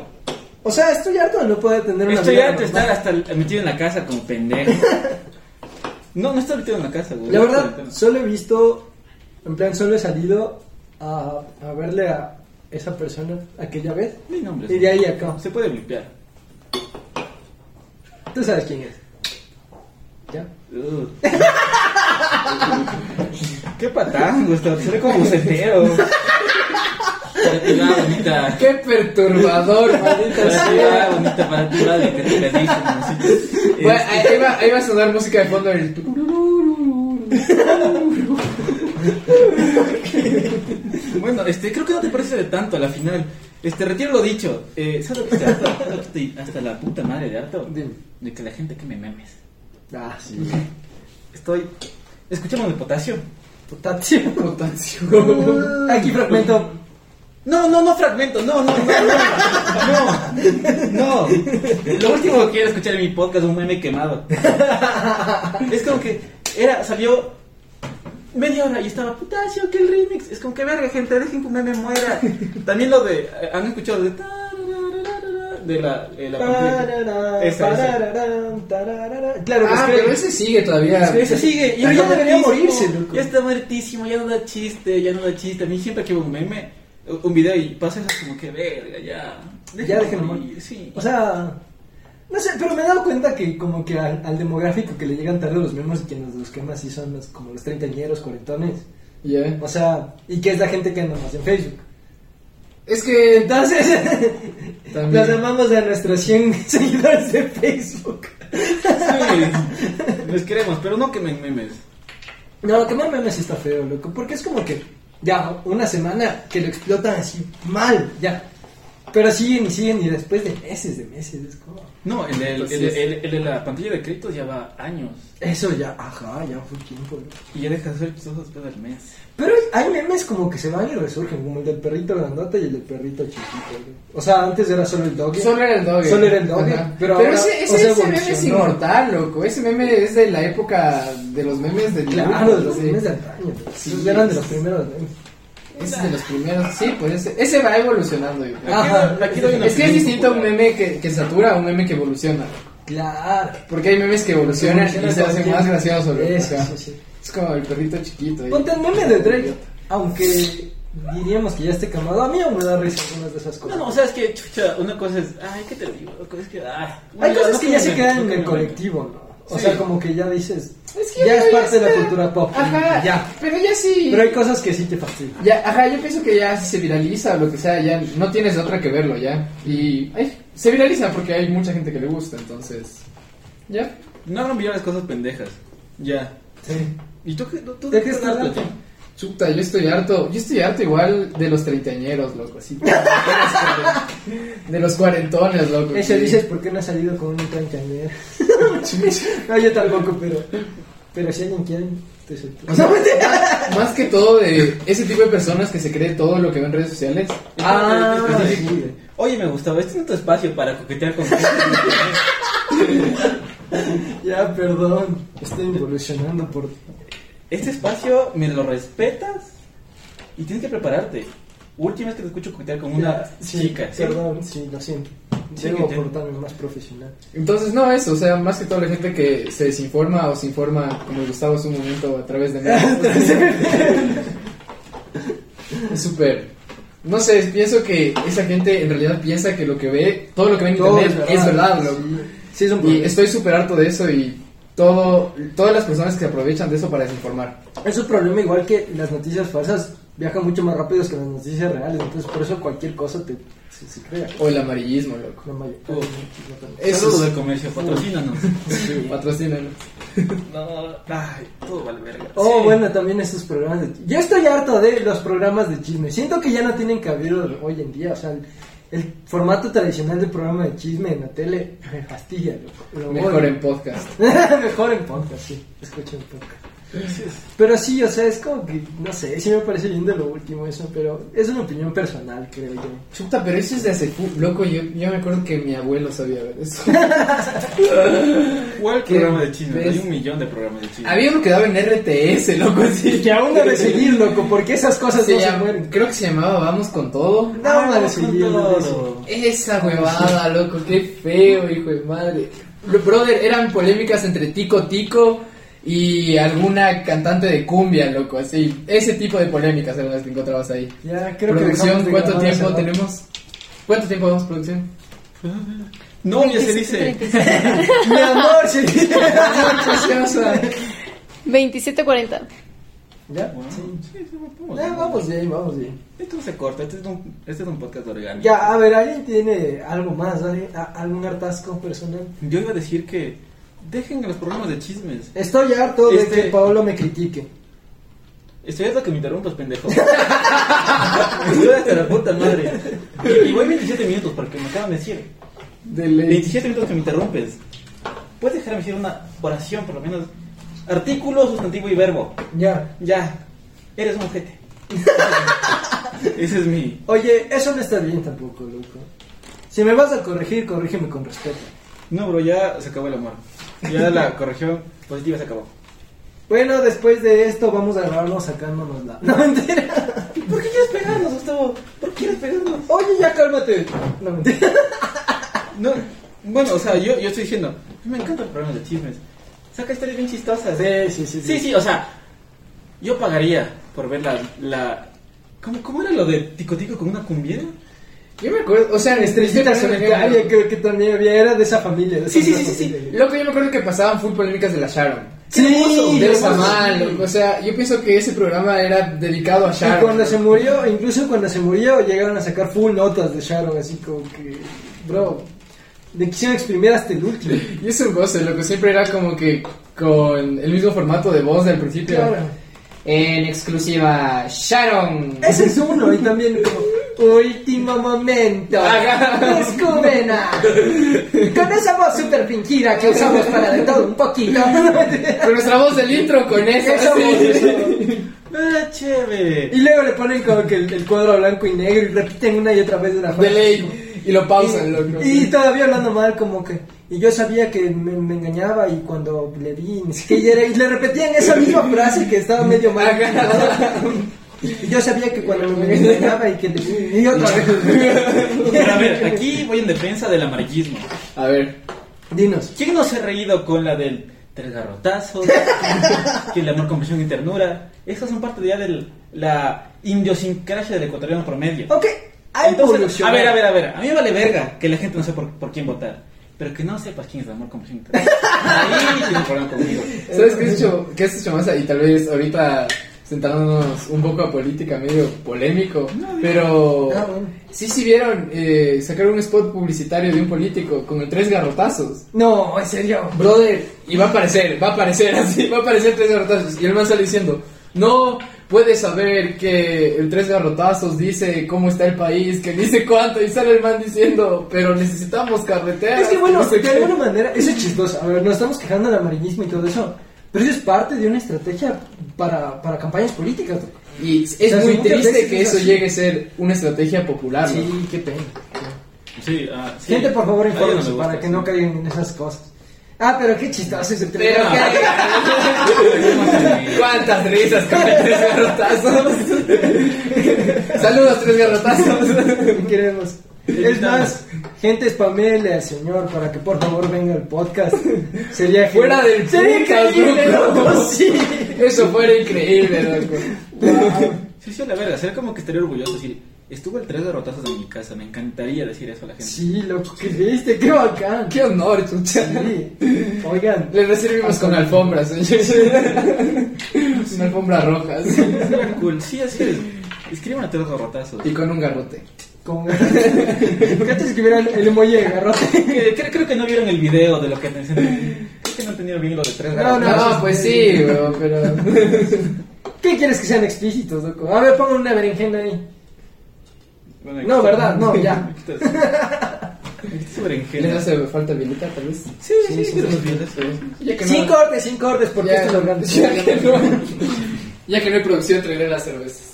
[SPEAKER 3] O sea, estoy harto de no poder tener una
[SPEAKER 1] Estoy
[SPEAKER 3] vida
[SPEAKER 1] harto de
[SPEAKER 3] normal.
[SPEAKER 1] estar hasta metido en la casa como pendejo.
[SPEAKER 3] [LAUGHS]
[SPEAKER 1] No, no estás metido en la casa, güey.
[SPEAKER 3] La verdad,
[SPEAKER 1] Cuarentena.
[SPEAKER 3] solo he visto, en plan, solo he salido a, a verle a esa persona aquella vez.
[SPEAKER 1] Ni nombres.
[SPEAKER 3] Y de ahí acá.
[SPEAKER 1] Se puede limpiar.
[SPEAKER 3] [LAUGHS] Tú sabes quién es. ¿Ya?
[SPEAKER 1] Ugh. Qué patán, Gustavo. Seré como bucetero.
[SPEAKER 3] [LAUGHS]
[SPEAKER 1] Para ti va, bonita.
[SPEAKER 2] ¡Qué perturbador,
[SPEAKER 3] [LAUGHS]
[SPEAKER 2] maldita
[SPEAKER 1] Para ti va,
[SPEAKER 2] sea!
[SPEAKER 1] bonita. Para ti va, de que te pedís.
[SPEAKER 2] [LAUGHS] Bueno, ahí, ahí va, ahí va a sonar música de fondo. El...
[SPEAKER 1] Bueno, este, creo que no te parece de tanto a la final. Este, retiro lo dicho. Eh, ¿Sabes lo que estoy harto? ¿Sabes lo que estoy hasta la puta madre de harto?
[SPEAKER 3] Dime.
[SPEAKER 1] De que la gente que me memes.
[SPEAKER 3] Ah, sí.
[SPEAKER 1] Estoy. Escuchamos de potasio.
[SPEAKER 3] Potasio. [LAUGHS] Uh,
[SPEAKER 2] Potasio.
[SPEAKER 3] Aquí fragmento.
[SPEAKER 1] No, no, no fragmento, no, no, no, no, no, no. Lo último que quiero escuchar en mi podcast es un meme quemado. Es como que era, salió media hora y estaba potasio, que el remix. Es como que verga, gente, dejen que un meme muera. También lo de, eh, han escuchado de tararararara, de la, eh, la
[SPEAKER 3] Tararara,
[SPEAKER 1] Esa, esa.
[SPEAKER 3] tararara, tararara. Claro, pues
[SPEAKER 2] Ah,
[SPEAKER 3] que
[SPEAKER 2] pero ese sigue todavía.
[SPEAKER 1] Sí, Ese sigue, y
[SPEAKER 3] Ah,
[SPEAKER 1] ya
[SPEAKER 3] ya debería
[SPEAKER 1] muertísimo,
[SPEAKER 3] morirse, loco.
[SPEAKER 1] Ya está muertísimo, ya no da chiste, ya no da chiste. A mí siempre que veo un meme, un video y pasa eso como que verga, ya.
[SPEAKER 3] Ya déjenlo morir.
[SPEAKER 1] Sí.
[SPEAKER 3] O sea, no sé, pero me he dado cuenta que como que al, al demográfico que le llegan tarde los memes, quienes los queman sí son los, como los treintañeros, cuarentones.
[SPEAKER 2] Ya.
[SPEAKER 3] O sea, y que es la gente que anda más en Facebook.
[SPEAKER 2] Es que.
[SPEAKER 3] Entonces, [LAUGHS]
[SPEAKER 2] También.
[SPEAKER 3] los amamos a nuestros 100 [LAUGHS] seguidores de Facebook. [LAUGHS]
[SPEAKER 1] sí. Les queremos, pero no quemen memes.
[SPEAKER 3] No, quemar memes está feo, loco, porque es como que ya una semana que lo explotan así mal, ya. Pero siguen y siguen y después de meses, de meses, es como...
[SPEAKER 1] No, el de, el,
[SPEAKER 2] Así
[SPEAKER 1] el-
[SPEAKER 2] es.
[SPEAKER 1] el- el de la pantalla de créditos ya va años.
[SPEAKER 3] Eso ya, ajá, ya fue tiempo, loco.
[SPEAKER 1] Y ya deja de ser chistoso después del mes.
[SPEAKER 3] Pero hay memes como que se van y resurgen, como el del perrito grandote y el del perrito chiquito. güey. O sea, antes era solo el doggy.
[SPEAKER 2] Solo era el doble.
[SPEAKER 3] Solo era el doggy.
[SPEAKER 2] Ajá. Pero,
[SPEAKER 3] Pero, ahora,
[SPEAKER 2] ese, ese,
[SPEAKER 3] o sea,
[SPEAKER 2] ese meme es
[SPEAKER 3] evolucionó.
[SPEAKER 2] inmortal, loco. Ese meme es de la época de los memes de
[SPEAKER 3] Claro, de los
[SPEAKER 2] sí.
[SPEAKER 3] memes de antaño. güey.
[SPEAKER 2] Sí.
[SPEAKER 3] Esos eran de los primeros memes.
[SPEAKER 2] Ese es de los primeros. Sí, pues ese, ese va evolucionando. yo creo.
[SPEAKER 3] Ajá.
[SPEAKER 1] Aquí, aquí doy una
[SPEAKER 2] Es que es
[SPEAKER 1] opinión
[SPEAKER 2] distinto a un
[SPEAKER 1] popular.
[SPEAKER 2] meme que, que satura a un meme que evoluciona.
[SPEAKER 3] Claro.
[SPEAKER 2] Porque hay memes que evolucionan y se hacen más graciosos. ¿no?
[SPEAKER 3] Eso,
[SPEAKER 2] Ajá.
[SPEAKER 3] sí, sí.
[SPEAKER 2] Es como el perrito chiquito. ahí.
[SPEAKER 3] Ponte el meme de Drake, aunque diríamos que ya esté camado, a mí aún me da risa algunas de esas
[SPEAKER 1] No,
[SPEAKER 3] cosas.
[SPEAKER 1] no, o sea, es que, chucha, una cosa es, ay, ¿qué te lo digo? Otra cosa es que, ay,
[SPEAKER 3] Hay
[SPEAKER 1] no,
[SPEAKER 3] cosas
[SPEAKER 1] no
[SPEAKER 3] que ya se
[SPEAKER 1] me-
[SPEAKER 3] quedan
[SPEAKER 1] no
[SPEAKER 3] en el
[SPEAKER 1] me-
[SPEAKER 3] colectivo, ¿no? O
[SPEAKER 1] Sí.
[SPEAKER 3] sea, como que ya dices,
[SPEAKER 2] Es que
[SPEAKER 3] ya es
[SPEAKER 2] pero
[SPEAKER 3] parte de la
[SPEAKER 2] está-
[SPEAKER 3] cultura pop.
[SPEAKER 2] Ajá.
[SPEAKER 3] Ya.
[SPEAKER 2] Pero ya sí.
[SPEAKER 3] Pero hay cosas que sí te fastidian.
[SPEAKER 2] Ya, ajá, yo pienso que ya si se viraliza o lo que sea, ya no tienes otra que verlo ya. Y ay, se viraliza porque hay mucha gente que le gusta, entonces. Ya.
[SPEAKER 1] No hagan millones de cosas pendejas. Ya.
[SPEAKER 3] Sí.
[SPEAKER 1] ¿Y tú qué? ¿Tú, tú
[SPEAKER 3] ¿De qué estás
[SPEAKER 1] hablas,
[SPEAKER 3] hablando?
[SPEAKER 1] Platón?
[SPEAKER 2] Chuta, yo estoy harto, yo estoy harto igual de los treintañeros, loco, así. De los cuarentones, loco.
[SPEAKER 3] Eso
[SPEAKER 2] que-
[SPEAKER 3] dices, ¿por qué no has salido con un treintañero?
[SPEAKER 2] Chucha.
[SPEAKER 3] [LAUGHS] No, yo tampoco, pero. Pero si alguien quiere, te suelto.
[SPEAKER 2] O sea, más que todo de ese tipo de personas que se cree todo lo que ve en redes sociales.
[SPEAKER 1] Ah,
[SPEAKER 3] Ah,
[SPEAKER 1] sí.
[SPEAKER 3] sí.
[SPEAKER 1] Oye, me gustaba, este no es tu espacio para coquetear con gente.
[SPEAKER 3] [LAUGHS] Ya, perdón. Estoy evolucionando por.
[SPEAKER 1] Este espacio me lo respetas y tienes que prepararte. Última vez que te escucho coquetear con una
[SPEAKER 3] Ya, sí,
[SPEAKER 1] chica, ¿sí?
[SPEAKER 3] Perdón, sí, lo siento.
[SPEAKER 1] Sí,
[SPEAKER 3] Debo
[SPEAKER 1] que te-
[SPEAKER 3] portarme más profesional.
[SPEAKER 2] Entonces, no, eso, o sea, más que todo la gente que se desinforma o se informa, como Gustavo hace un momento, a través de [LAUGHS] memes. Es súper. No sé, pienso que esa gente en realidad piensa que lo que ve, todo lo que ve en
[SPEAKER 3] Todo
[SPEAKER 2] internet es verdad, loco.
[SPEAKER 3] Sí, Sí, es un
[SPEAKER 2] Y
[SPEAKER 3] problema.
[SPEAKER 2] estoy súper harto de eso y todo, todas las personas que aprovechan de eso para desinformar.
[SPEAKER 3] Es un problema igual que las noticias falsas viajan mucho más rápido que las noticias reales. Entonces, por eso cualquier cosa te, se, se crea.
[SPEAKER 2] O el amarillismo, loco.
[SPEAKER 3] La mayor-
[SPEAKER 1] Uf.
[SPEAKER 3] no tanto.
[SPEAKER 2] Eso
[SPEAKER 1] Saludos
[SPEAKER 2] es-
[SPEAKER 1] del comercio, patrocínanos.
[SPEAKER 3] [LAUGHS]
[SPEAKER 2] Patrocínanos.
[SPEAKER 1] no, ay, todo vale verga.
[SPEAKER 3] Oh,
[SPEAKER 1] Sí.
[SPEAKER 3] bueno, también esos programas de Yo estoy harto de los programas de chisme. Siento que ya no tienen cabida hoy en día. O sea, el, el formato tradicional del programa de chisme en la tele me fastidia. Lo, lo
[SPEAKER 2] Mejor
[SPEAKER 3] odio.
[SPEAKER 2] en podcast.
[SPEAKER 3] [LAUGHS] Mejor en podcast, sí. Escuchen podcast. Pero sí, o sea, es como que, no sé, sí me parece lindo lo último eso, pero es una opinión personal, creo yo.
[SPEAKER 2] Chuta, pero eso es de hace fu- Loco, yo, yo me acuerdo que mi abuelo sabía ver eso.
[SPEAKER 1] ¿Cuál
[SPEAKER 2] ¿Qué
[SPEAKER 1] programa de chisme?
[SPEAKER 2] ves?
[SPEAKER 1] Hay un millón de programas de chisme.
[SPEAKER 2] Había uno que daba en RTS, loco, así.
[SPEAKER 3] Y que aún debe seguir, loco, porque esas cosas
[SPEAKER 2] Se
[SPEAKER 3] no se
[SPEAKER 2] llama-
[SPEAKER 3] mueren.
[SPEAKER 2] creo que se llamaba Vamos con todo.
[SPEAKER 3] No, aún debe
[SPEAKER 1] con
[SPEAKER 3] seguir.
[SPEAKER 1] todo.
[SPEAKER 2] Esa huevada, loco, qué feo, hijo de madre. Lo- Brother, eran polémicas entre Tico Tico y alguna cantante de cumbia, loco, así. Ese tipo de polémicas eran las que encontrabas ahí.
[SPEAKER 3] Ya, creo que
[SPEAKER 2] producción,
[SPEAKER 3] dejamos de
[SPEAKER 2] ¿cuánto
[SPEAKER 3] grabar hace
[SPEAKER 2] tiempo
[SPEAKER 3] rato.
[SPEAKER 2] tenemos? ¿Cuánto tiempo vamos,
[SPEAKER 3] [LAUGHS]
[SPEAKER 2] producción?
[SPEAKER 1] No, ya se dice.
[SPEAKER 3] Mi
[SPEAKER 2] [LAUGHS]
[SPEAKER 3] amor, sí.
[SPEAKER 2] Preciosa.
[SPEAKER 4] 27.40.
[SPEAKER 3] ¿Ya?
[SPEAKER 1] Bueno,
[SPEAKER 3] Sí.
[SPEAKER 1] sí, sí, vamos.
[SPEAKER 3] Ya, vamos bien, vamos bien.
[SPEAKER 1] Esto no se corta, este es un, este es un podcast orgánico.
[SPEAKER 3] Ya, a ver, ¿alguien tiene algo más? ¿Alguien- a- ¿Algún hartazgo personal?
[SPEAKER 1] Yo iba a decir que dejen los programas de chismes.
[SPEAKER 3] Estoy harto de
[SPEAKER 1] Este-
[SPEAKER 3] que Paolo me critique.
[SPEAKER 1] Estoy hasta que me interrumpas, pendejo. [LAUGHS] Estoy hasta la puta madre. Y, y voy 27 minutos porque me acaban de decir.
[SPEAKER 2] De ley.
[SPEAKER 1] 27 minutos que me interrumpes. ¿Puedes dejarme decir una oración, por lo menos? Artículo, sustantivo y verbo.
[SPEAKER 3] Ya.
[SPEAKER 1] Ya. Eres un ojete. [LAUGHS] Ese es mi.
[SPEAKER 3] Oye, eso no está bien tampoco, loco. Si me vas a corregir, corrígeme con respeto.
[SPEAKER 1] No, bro, ya se acabó el amor. Ya la corrección positiva se acabó.
[SPEAKER 3] Bueno, después de esto vamos a grabarnos sacándonos la... [LAUGHS] No, mentira.
[SPEAKER 1] ¿Por qué quieres pegarnos, Gustavo? ¿Por qué quieres pegarnos?
[SPEAKER 3] Oye, ya cálmate. No, mentira.
[SPEAKER 1] No, bueno, o sea, yo, yo estoy diciendo, me encantan los programas de chismes. Saca historias bien chistosas. eh.
[SPEAKER 3] Sí, sí, sí.
[SPEAKER 1] Sí, sí, o sea, yo pagaría por ver la... la ¿cómo, cómo era lo de Tico Tico con una cumbiera?
[SPEAKER 2] Yo me acuerdo, o sea,
[SPEAKER 3] Estrellita
[SPEAKER 2] yo me acuerdo-
[SPEAKER 3] solitaria creo que también había, era de esa familia. de esa
[SPEAKER 1] Sí, sí,
[SPEAKER 3] misma
[SPEAKER 1] sí, sí, sí.
[SPEAKER 3] familia.
[SPEAKER 2] Loco, yo me acuerdo que pasaban full polémicas de la Sharon.
[SPEAKER 3] Sí,
[SPEAKER 1] hermoso!
[SPEAKER 2] De
[SPEAKER 3] lo
[SPEAKER 2] esa
[SPEAKER 3] más-
[SPEAKER 2] mal, loco. O sea, yo pienso que ese programa era dedicado a Sharon.
[SPEAKER 3] Y cuando se murió, incluso cuando se murió, llegaron a sacar full notas de Sharon, así como que, bro, le quisieron exprimir hasta el último.
[SPEAKER 2] Y es un goce, loco. Siempre era como que con el mismo formato de voz del principio.
[SPEAKER 3] Claro.
[SPEAKER 2] En exclusiva, Sharon.
[SPEAKER 3] Ese es uno, y también como, último momento,
[SPEAKER 2] Ajá.
[SPEAKER 3] descúbrena, con esa voz súper fingida que usamos para de todo un poquito.
[SPEAKER 2] Con nuestra voz del intro, con eso.
[SPEAKER 3] Esa
[SPEAKER 2] así.
[SPEAKER 3] voz, eso.
[SPEAKER 1] ¡Ah, chévere!
[SPEAKER 3] Y luego le ponen como que el, el cuadro blanco y negro y repiten una y otra vez una
[SPEAKER 2] De
[SPEAKER 3] frase.
[SPEAKER 2] ley. Y lo pausan, loco.
[SPEAKER 3] Y, y todavía hablando mal, como que. Y yo sabía que me, me engañaba y cuando le vi, ni siquiera. Y le repetían esa misma frase que estaba medio mal.
[SPEAKER 2] Ajá.
[SPEAKER 3] Yo sabía que cuando me mencionaba y que te... Y otra vez.
[SPEAKER 1] Pero a ver, aquí voy en defensa del amarillismo.
[SPEAKER 2] A ver,
[SPEAKER 3] Dinos.
[SPEAKER 1] ¿Quién no se ha reído con la del tres garrotazos? que el amor, compasión y ternura. Esas son parte ya de la idiosincrasia del ecuatoriano promedio.
[SPEAKER 3] Ok, Oh, hay
[SPEAKER 1] Entonces, a
[SPEAKER 3] evolucionado.
[SPEAKER 1] ver, a ver, a ver. A mí me vale verga que la gente no sepa por, por quién votar. Pero que no sepas quién es el amor, compasión y ternura. Ahí tiene un problema conmigo.
[SPEAKER 2] ¿Sabes qué has hecho, qué has hecho masa? Y tal vez ahorita sentándonos un poco a política, medio polémico, pero
[SPEAKER 3] Ah, bueno.
[SPEAKER 2] sí, sí vieron eh, sacar un spot publicitario de un político con el tres garrotazos.
[SPEAKER 3] No, en serio.
[SPEAKER 2] Brother, y va a aparecer, va a aparecer [LAUGHS] así, va a aparecer tres garrotazos. Y el man sale diciendo, no puedes saber que el tres garrotazos dice cómo está el país, que dice cuánto, y sale el man diciendo, pero necesitamos carreteras.
[SPEAKER 3] Es que bueno,
[SPEAKER 2] no sé
[SPEAKER 3] de
[SPEAKER 2] qué".
[SPEAKER 3] alguna manera, eso es chistoso. A ver, nos estamos quejando del amarillismo y todo eso. Pero eso es parte de una estrategia para, para campañas políticas.
[SPEAKER 2] Y es
[SPEAKER 3] O sea,
[SPEAKER 2] muy
[SPEAKER 3] muchas
[SPEAKER 2] triste
[SPEAKER 3] veces
[SPEAKER 2] que
[SPEAKER 3] es
[SPEAKER 2] eso
[SPEAKER 3] así.
[SPEAKER 2] llegue a ser una estrategia popular. ¿no?
[SPEAKER 3] Sí, qué pena.
[SPEAKER 1] Sí, ah, sí.
[SPEAKER 3] Gente, por favor,
[SPEAKER 1] Ahí no
[SPEAKER 3] infórmense
[SPEAKER 1] me gusta,
[SPEAKER 3] para que
[SPEAKER 1] sí.
[SPEAKER 3] no caigan en esas cosas. Ah, pero qué chistoso ese tren.
[SPEAKER 2] Pero
[SPEAKER 3] [LAUGHS]
[SPEAKER 1] ah.
[SPEAKER 2] que- cuántas risas con el tres garrotazos. [LAUGHS] Saludos tres garrotazos.
[SPEAKER 3] Te queremos. Es
[SPEAKER 1] Evitamos.
[SPEAKER 3] más, gente, spamele al señor para que por favor venga al podcast. Sería genial.
[SPEAKER 2] Fuera del
[SPEAKER 3] Sería
[SPEAKER 2] podcast,
[SPEAKER 3] increíble,
[SPEAKER 2] loco.
[SPEAKER 3] loco, sí.
[SPEAKER 2] Eso fuera increíble, loco.
[SPEAKER 1] Sí, sí, a la verga. Sería como que estaría orgulloso de decir, estuve el tres garrotazos en mi casa. Me encantaría decir eso a la gente.
[SPEAKER 3] Sí, loco, qué viste, qué bacán.
[SPEAKER 2] Qué honor, chucha.
[SPEAKER 3] Sí. Oigan,
[SPEAKER 2] Le recibimos con alfombras, señor. Una alfombra roja. sí.
[SPEAKER 1] Sería cool. Sí, así es. Escriban a tres garrotazos.
[SPEAKER 2] Y con un garrote. [LAUGHS]
[SPEAKER 3] con ¿Qué te escribieron el emoji de garrote?
[SPEAKER 1] Eh, Creo, creo que no vieron el video de lo que te enseñé. Creo que no entendieron bien lo de tres
[SPEAKER 3] No,
[SPEAKER 1] garrotazos.
[SPEAKER 2] No, pues sí, weón, pero. [LAUGHS]
[SPEAKER 3] ¿Qué quieres que sean explícitos, loco? A ver, pongan una berenjena ahí.
[SPEAKER 1] Bueno,
[SPEAKER 3] No,
[SPEAKER 1] aquí
[SPEAKER 3] ¿verdad? No, ya.
[SPEAKER 1] Aquí está- aquí está su
[SPEAKER 2] Les
[SPEAKER 1] berenjena.
[SPEAKER 2] hace falta habilitar, tal vez.
[SPEAKER 1] Sí, sí, sí, los violas.
[SPEAKER 2] Ya que no-
[SPEAKER 3] Sin cortes, sin cortes, porque
[SPEAKER 2] ya,
[SPEAKER 3] esto es lo grande.
[SPEAKER 2] [LAUGHS] ya que no, ya que no hay producción, traeré las cervezas.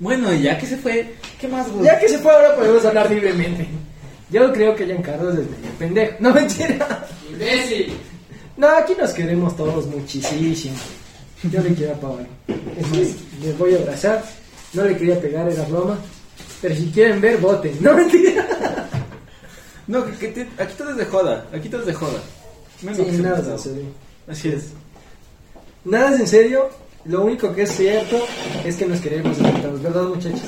[SPEAKER 1] Bueno, ya que se fue, ¿qué más, güey?
[SPEAKER 3] Ya que se fue ahora podemos hablar libremente. Yo creo que Giancarlo es medio pendejo. No, mentira.
[SPEAKER 2] ¡Imbécil!
[SPEAKER 3] No, aquí nos queremos todos muchísimo. Yo le quiero a Paola. Es más, les voy a abrazar. No le quería pegar, era broma. Pero si quieren ver, voten. No, mentira.
[SPEAKER 1] No, que, que te- aquí todo es de joda. Aquí todo es de joda. Menos
[SPEAKER 3] Sí,
[SPEAKER 1] que se
[SPEAKER 3] nada,
[SPEAKER 1] pueda.
[SPEAKER 3] en serio.
[SPEAKER 1] Así es.
[SPEAKER 3] Nada es en serio. Lo único que es cierto es que nos queremos enfrentarnos, ¿verdad, muchachos?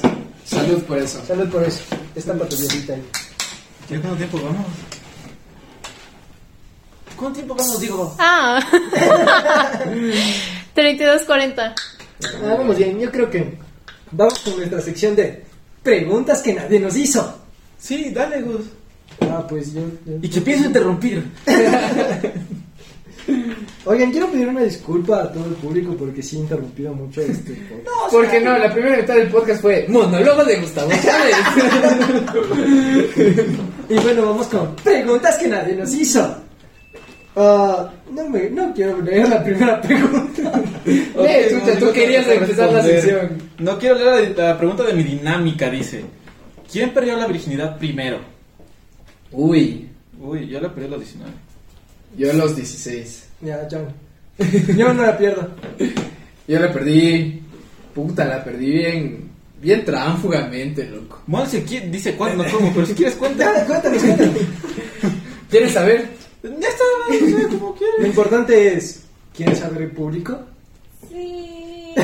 [SPEAKER 2] Salud por eso.
[SPEAKER 3] Salud por eso. Esta patrullita ahí.
[SPEAKER 1] ¿Ya cuánto tiempo vamos? ¿Cuánto tiempo vamos, digo?
[SPEAKER 4] Ah. 3240.
[SPEAKER 3] Ah, vamos bien, yo creo que vamos con nuestra sección de preguntas que nadie nos hizo.
[SPEAKER 1] Sí, dale, Gus.
[SPEAKER 3] Ah, pues yo. yo-
[SPEAKER 1] Y que pienso interrumpir.
[SPEAKER 3] Oigan, quiero pedir una disculpa a todo el público porque sí he interrumpido mucho [LAUGHS] este podcast.
[SPEAKER 2] Porque no, la primera mitad del podcast fue monólogo de Gustavo Chávez.
[SPEAKER 3] Y bueno, vamos con preguntas que nadie nos hizo. Ah, no, me, no quiero leer la primera pregunta.
[SPEAKER 2] Eh,
[SPEAKER 1] Ok,
[SPEAKER 2] chucha,
[SPEAKER 1] no,
[SPEAKER 2] tú
[SPEAKER 1] no
[SPEAKER 2] querías
[SPEAKER 1] tengo que
[SPEAKER 2] empezar la
[SPEAKER 1] responder.
[SPEAKER 2] sección.
[SPEAKER 1] No quiero leer la, la pregunta de mi dinámica, dice. ¿Quién perdió la virginidad primero?
[SPEAKER 2] [LAUGHS] Uy,
[SPEAKER 1] Uy, yo la perdí a los 19.
[SPEAKER 2] yo a los 16.
[SPEAKER 3] [LAUGHS] Ya, John. Yo no la pierdo.
[SPEAKER 2] Yo la perdí. Puta, la perdí bien. Bien tránfugamente, loco.
[SPEAKER 1] Bueno, si qui- dice cuándo, no cómo, pero si quieres cuenta.
[SPEAKER 3] [LAUGHS] Ya, cuéntanos, cuéntanos.
[SPEAKER 2] ¿Quieres saber?
[SPEAKER 1] Ya está, no sé, como
[SPEAKER 3] Lo
[SPEAKER 1] quieres.
[SPEAKER 3] importante es: ¿quieres saber el público?
[SPEAKER 4] Sí.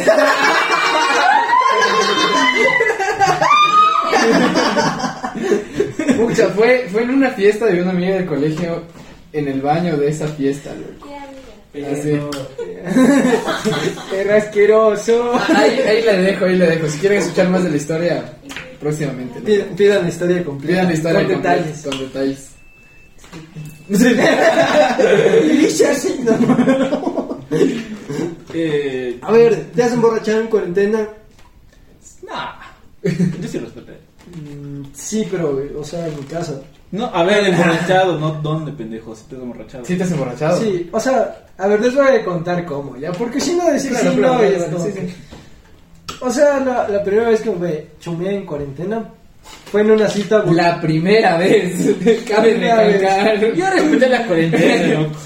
[SPEAKER 2] Pucha, fue, fue en una fiesta de una amiga del colegio. En el baño de esa fiesta, loco. Así.
[SPEAKER 3] Era asqueroso.
[SPEAKER 2] Ahí, ahí la dejo, ahí la dejo. Si quieren escuchar más de la historia, próximamente. ¿no?
[SPEAKER 3] Pidan, pidan la historia completa.
[SPEAKER 2] Pidan la historia
[SPEAKER 3] con
[SPEAKER 2] completa,
[SPEAKER 3] detalles.
[SPEAKER 2] Con detalles. [LAUGHS]
[SPEAKER 1] Eh,
[SPEAKER 3] A ver, ¿te has emborrachado en cuarentena?
[SPEAKER 1] nah. Yo sí respeté.
[SPEAKER 3] Mm, Sí, pero, o sea, en mi casa.
[SPEAKER 1] No, a ver, emborrachado, no dónde, pendejo, si te has emborrachado.
[SPEAKER 2] ¿Sí te [LAUGHS] has emborrachado?
[SPEAKER 3] Sí, o sea, a ver, les voy a contar cómo, ¿ya? Porque si no decir
[SPEAKER 2] Claro,
[SPEAKER 3] sí,
[SPEAKER 2] claro,
[SPEAKER 3] no,
[SPEAKER 2] claro,
[SPEAKER 3] es como
[SPEAKER 2] sí,
[SPEAKER 3] que-
[SPEAKER 2] sí.
[SPEAKER 3] O sea, la, la primera vez que me chumé en cuarentena fue en una cita.
[SPEAKER 2] La primera vez. [LAUGHS] Cabe
[SPEAKER 3] Primera vez.
[SPEAKER 2] recalcar.
[SPEAKER 1] Yo respeté la [LAUGHS] cuarentena, loco.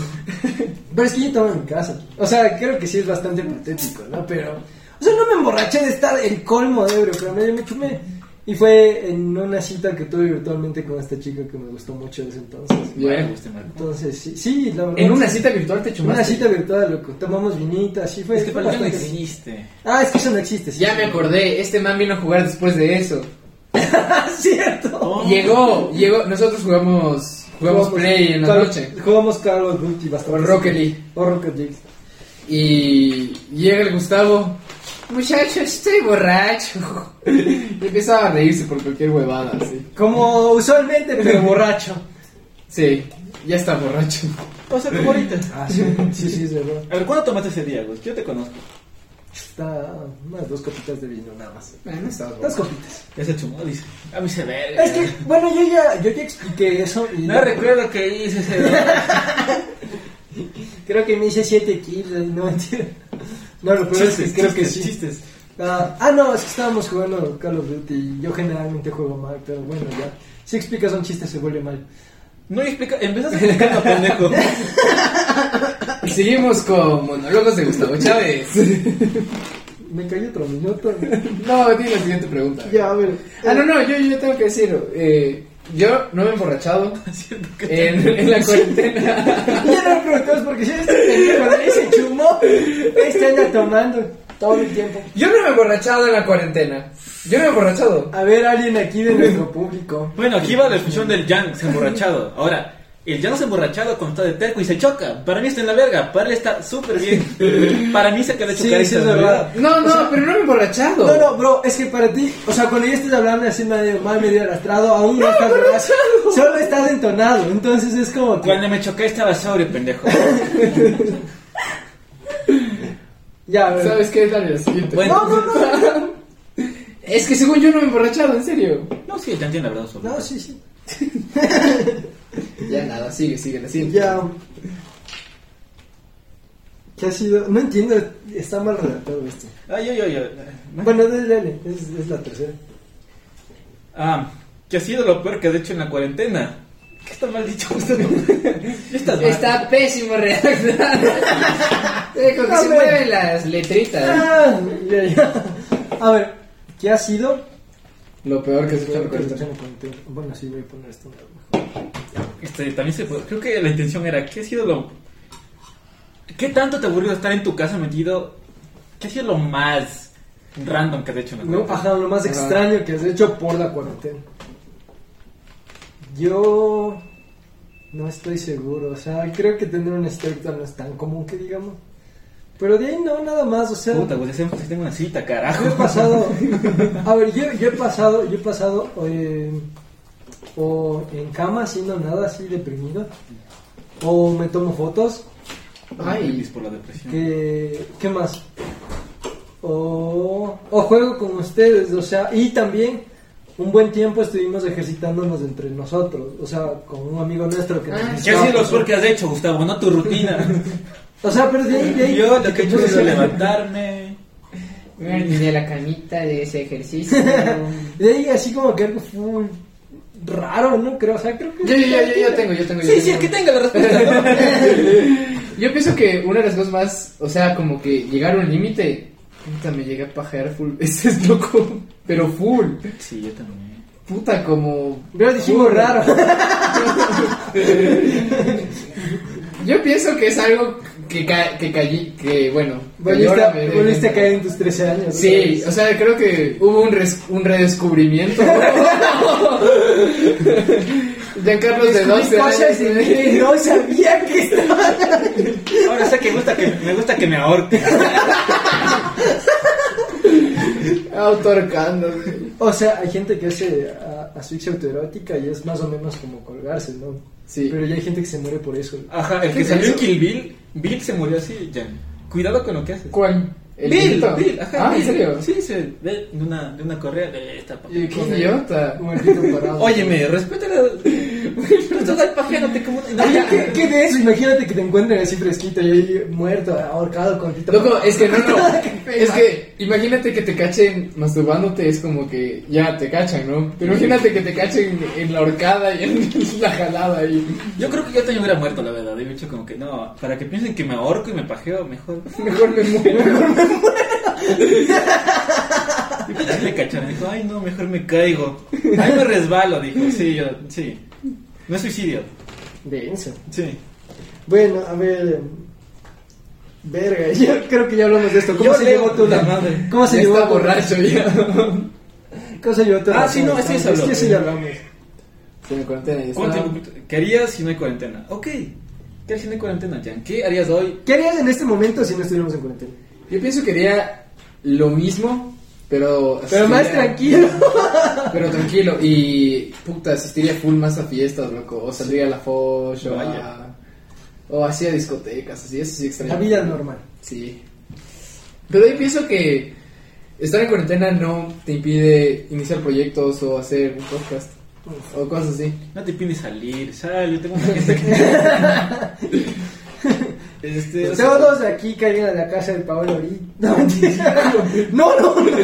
[SPEAKER 3] Pero es que yo tomaba en mi casa. O sea, creo que sí es bastante patético, ¿no? Pero, O sea, no me emborraché de estar el colmo de ebrio, pero medio me chumé. Y fue en una cita que tuve virtualmente con esta chica que me gustó mucho desde entonces.
[SPEAKER 2] [LAUGHS] Ya.
[SPEAKER 1] Bueno, este Marco.
[SPEAKER 3] Entonces, sí, sí la verdad.
[SPEAKER 2] En una cita virtual te
[SPEAKER 3] En
[SPEAKER 2] chumaste.
[SPEAKER 3] una cita virtual, loco. Tomamos vinita, así fue.
[SPEAKER 1] Es que
[SPEAKER 3] fue
[SPEAKER 1] para ti no
[SPEAKER 3] bastante-
[SPEAKER 1] existe.
[SPEAKER 3] Ah, es que eso no existe. sí.
[SPEAKER 2] Ya me acordé, este man vino a jugar después de eso.
[SPEAKER 3] [LAUGHS] Ah, cierto.
[SPEAKER 1] Oh.
[SPEAKER 2] Llegó, llegó, nosotros jugamos, jugamos play en la
[SPEAKER 3] Call-
[SPEAKER 2] noche.
[SPEAKER 3] Jugamos Call of Duty
[SPEAKER 2] O
[SPEAKER 3] bastante.
[SPEAKER 2] Rocket League.
[SPEAKER 3] O Rocket League.
[SPEAKER 2] Y llega el Gustavo. Muchachos, estoy borracho. [LAUGHS] Y empezaba a reírse por cualquier huevada, sí.
[SPEAKER 3] Como usualmente, pero
[SPEAKER 2] [LAUGHS]
[SPEAKER 3] borracho.
[SPEAKER 2] Sí, ya está borracho.
[SPEAKER 1] O sea, como ahorita.
[SPEAKER 3] Ah, sí, sí, sí, es verdad.
[SPEAKER 1] A ver, ¿cuándo tomaste ese día, Gus? Yo te conozco.
[SPEAKER 3] Está unas dos copitas de vino, nada más.
[SPEAKER 2] Bueno, estabas
[SPEAKER 3] Dos
[SPEAKER 2] borracho.
[SPEAKER 3] copitas.
[SPEAKER 1] Ya se chumó, dice. A mí se ve.
[SPEAKER 3] Es que, bueno, yo ya, yo ya expliqué eso. Y
[SPEAKER 1] No recuerdo que hice ese [LAUGHS] día.
[SPEAKER 3] Creo que me hice 7 kilos, no mentira. No, lo peor es que creo que sí.
[SPEAKER 1] Chistes.
[SPEAKER 3] Ah, ah, no, es que estábamos jugando Call of Duty y yo generalmente juego mal, pero bueno, ya. Si explicas un chiste se vuelve mal.
[SPEAKER 1] No explica, empezaste explicando, [LAUGHS] pendejo.
[SPEAKER 2] Seguimos con monólogos de Gustavo [LAUGHS] Chávez.
[SPEAKER 3] Me cayó otro
[SPEAKER 1] [LAUGHS]
[SPEAKER 3] minuto.
[SPEAKER 2] No, di la siguiente pregunta.
[SPEAKER 3] ya, a ver.
[SPEAKER 2] Ah, no, no, yo, yo tengo que decir, eh, yo no me he emborrachado
[SPEAKER 1] Siento que
[SPEAKER 2] [LAUGHS] en, en la cuarentena.
[SPEAKER 3] [LAUGHS] Ya no me preguntas porque si este pendejo de ese chumo, este anda tomando todo el tiempo.
[SPEAKER 2] Yo no me he emborrachado en la cuarentena. Yo no me he emborrachado.
[SPEAKER 3] A ver, alguien aquí
[SPEAKER 1] [LAUGHS]
[SPEAKER 3] de nuestro público.
[SPEAKER 1] Bueno, aquí va la definición del Yang, se emborrachado. Ahora, el Yang se emborrachado cuando está de terco y se choca. Para mí está en la verga, para él está súper [LAUGHS] bien. Para mí se queda
[SPEAKER 3] Sí,
[SPEAKER 1] chocar
[SPEAKER 3] sí, es verdad.
[SPEAKER 2] No, no, pero no me he emborrachado.
[SPEAKER 3] No, no, bro, es que para ti, o sea, cuando ya estás hablando así medio mal, medio arrastrado, aún no, estás borracho, solo estás entonado, entonces es como que...
[SPEAKER 1] Cuando me choqué estaba sobrio, pendejo.
[SPEAKER 3] Ya, a ver.
[SPEAKER 2] ¿Sabes qué? Dale la siguiente.
[SPEAKER 1] Bueno.
[SPEAKER 3] No, no, no, no, no.
[SPEAKER 2] Es que según yo no me he emborrachado, en serio.
[SPEAKER 1] No, sí, el Yang tiene la verdad sobre.
[SPEAKER 3] No, sí, sí.
[SPEAKER 2] Ya nada, sigue, sigue, la siguiente.
[SPEAKER 3] Ya. ¿Qué ha sido? No entiendo, está mal relatado esto.
[SPEAKER 1] Ay, ay, ay, ay.
[SPEAKER 3] Bueno, dale, dale, es, es la tercera.
[SPEAKER 1] Ah, ¿qué ha sido lo peor que has hecho en la cuarentena? ¿Qué está mal dicho? Usted [LAUGHS] no. Ya estás mal.
[SPEAKER 2] Está pésimo [LAUGHS] redactado. Eh, Con que se
[SPEAKER 3] Hombre.
[SPEAKER 2] mueven las letritas.
[SPEAKER 3] Ah, ya, ya. A ver, ¿qué ha sido?
[SPEAKER 2] Lo peor que se escucha
[SPEAKER 3] Bueno,
[SPEAKER 2] recuerdo.
[SPEAKER 3] Bueno, sí, voy a poner esto.
[SPEAKER 1] Este, también se puede- Creo que la intención era, ¿qué ha sido lo... ¿Qué tanto te aburrió estar en tu casa metido? ¿Qué ha sido lo más random que has hecho en la
[SPEAKER 3] No,
[SPEAKER 1] cuarentena?
[SPEAKER 3] ajá, lo más
[SPEAKER 2] Ajá.
[SPEAKER 3] extraño que has hecho por la cuarentena. Yo no estoy seguro, o sea, creo que tener un estricto no es tan común que digamos. Pero de ahí no, nada más, o sea,
[SPEAKER 1] Puta, pues hacemos que tengo una cita, carajo.
[SPEAKER 3] yo he
[SPEAKER 1] [LAUGHS]
[SPEAKER 3] pasado, a ver, yo, yo he pasado, yo he pasado eh, o en cama haciendo nada así deprimido, o me tomo fotos,
[SPEAKER 1] Feliz
[SPEAKER 2] Ay,
[SPEAKER 1] por la depresión.
[SPEAKER 3] que, ¿qué más? O, o juego con ustedes, o sea, y también un buen tiempo estuvimos ejercitándonos entre nosotros, o sea, con un amigo nuestro que... nos
[SPEAKER 2] Ah,
[SPEAKER 1] ¿Qué ha
[SPEAKER 3] gustaba.
[SPEAKER 1] sido lo peor que has hecho, Gustavo? No tu rutina.
[SPEAKER 3] O sea, pero de ahí, de ahí...
[SPEAKER 1] Yo lo que he hecho es
[SPEAKER 3] de
[SPEAKER 1] levantarme.
[SPEAKER 2] de la camita de ese ejercicio.
[SPEAKER 3] De ahí así como que algo full raro, ¿no? Creo, o sea, creo que...
[SPEAKER 2] [LAUGHS] Yo, yo, yo, yo, yo tengo, yo tengo. yo
[SPEAKER 1] Sí, sí,
[SPEAKER 2] tengo.
[SPEAKER 1] es que tenga la respuesta. ¿no?
[SPEAKER 2] [LAUGHS] Yo pienso que una de las cosas más, o sea, como que llegar a un límite. Puta, me llegué a pajear full. Este es [LAUGHS] loco, pero full.
[SPEAKER 1] Sí, yo también.
[SPEAKER 2] Puta, como.
[SPEAKER 3] Pero dijimos
[SPEAKER 2] Full.
[SPEAKER 3] raro.
[SPEAKER 2] Yo pienso que es algo que, ca- que caí, que bueno. que
[SPEAKER 3] Volviste,
[SPEAKER 2] ahora
[SPEAKER 3] a-
[SPEAKER 2] me doy
[SPEAKER 3] volviste a
[SPEAKER 2] cuenta.
[SPEAKER 3] caer en tus 13 años.
[SPEAKER 2] Sí, o sea, creo que hubo un, res- un
[SPEAKER 3] [LAUGHS]
[SPEAKER 2] redescubrimiento. Giancarlo de 12
[SPEAKER 3] cosas de mí que
[SPEAKER 2] años.
[SPEAKER 3] no sabía que estaba...
[SPEAKER 1] Ahora sé que, gusta que me gusta que me ahorque.
[SPEAKER 2] Autorcando.
[SPEAKER 3] O sea, hay gente que hace a- asfixia autoerótica y es más o menos como colgarse, ¿no?
[SPEAKER 2] Sí.
[SPEAKER 3] Pero ya hay gente que se muere por eso.
[SPEAKER 1] Ajá, el
[SPEAKER 2] ¿Qué
[SPEAKER 1] que
[SPEAKER 2] es
[SPEAKER 1] salió en
[SPEAKER 2] eso?
[SPEAKER 1] Kill Bill, Bill se murió así, Jan. Cuidado con lo que haces.
[SPEAKER 2] ¿Cuál? ¿El
[SPEAKER 1] Bill,
[SPEAKER 2] grito?
[SPEAKER 1] Bill, ajá.
[SPEAKER 2] Ah, ¿en
[SPEAKER 1] Bill.
[SPEAKER 2] serio?
[SPEAKER 1] Sí, se ve de una, de una correa de esta. pa-
[SPEAKER 2] Eh, Qué idiota.
[SPEAKER 3] Un gatito parado.
[SPEAKER 1] Óyeme, respeta la... Pues Pero estás ahí pajeándote como... No,
[SPEAKER 3] Oye,
[SPEAKER 1] ya.
[SPEAKER 3] ¿qué, qué de eso? Imagínate que te encuentren así fresquito y ahí muerto, ahorcado con pito.
[SPEAKER 2] Loco, es que no,
[SPEAKER 3] [LAUGHS]
[SPEAKER 2] no. Es que imagínate que te cachen masturbándote, es como que ya te cachan, ¿no? Pero imagínate que te cachen en la horcada y en [LAUGHS] la jalada y.
[SPEAKER 1] Yo creo que yo también hubiera muerto, la verdad. He
[SPEAKER 3] [LAUGHS]
[SPEAKER 1] dicho como que no, para que piensen que me ahorco y me pajeo, mejor.
[SPEAKER 2] Mejor me muero.
[SPEAKER 1] Y pues, me cacharon. Dijo, ay, no, mejor me caigo. Ahí me resbalo, dijo. Sí, yo, sí. No es suicidio.
[SPEAKER 3] Denso.
[SPEAKER 1] Sí.
[SPEAKER 3] Bueno, a ver. Verga, [LAUGHS] yo creo que ya hablamos de esto. ¿Cómo
[SPEAKER 1] Yo
[SPEAKER 3] se
[SPEAKER 1] leo
[SPEAKER 3] llevó tu
[SPEAKER 1] la madre.
[SPEAKER 3] ¿Cómo se
[SPEAKER 2] Ya
[SPEAKER 3] llevó
[SPEAKER 2] está
[SPEAKER 3] tu-
[SPEAKER 2] borracho ya.
[SPEAKER 3] ¿Cómo se llevó tu
[SPEAKER 1] Ah,
[SPEAKER 3] razón?
[SPEAKER 1] sí, no, es que ya se
[SPEAKER 3] Es
[SPEAKER 1] habló.
[SPEAKER 3] que sí, ya hablamos.
[SPEAKER 2] Se me cuarentena y
[SPEAKER 1] ¿Cuánto
[SPEAKER 2] estaba-
[SPEAKER 1] tiempo querías si no hay cuarentena? Ok. ¿Qué harías si no hay cuarentena, Jan? ¿Qué harías hoy?
[SPEAKER 3] ¿Qué harías en este momento si no estuviéramos en cuarentena?
[SPEAKER 2] Yo pienso que haría lo mismo, pero...
[SPEAKER 3] Pero más
[SPEAKER 2] asistiría-
[SPEAKER 3] tranquilo.
[SPEAKER 2] Pero tranquilo. Y, puta, asistiría full más a fiestas, loco. O saldría a la Foch, o
[SPEAKER 1] Vaya.
[SPEAKER 2] a... O así a discotecas, así, eso sí extraño.
[SPEAKER 3] [LAUGHS] La vida normal.
[SPEAKER 2] Sí. Pero yo pienso que estar en cuarentena no te impide iniciar proyectos o hacer un podcast. O cosas así.
[SPEAKER 1] No te pides salir, sal, yo tengo una gente que...
[SPEAKER 3] [LAUGHS] Pues
[SPEAKER 1] este, o sea,
[SPEAKER 3] Todos aquí caen a la casa de Paolo ahorita. [LAUGHS] No, mentira. No, no, no. [LAUGHS]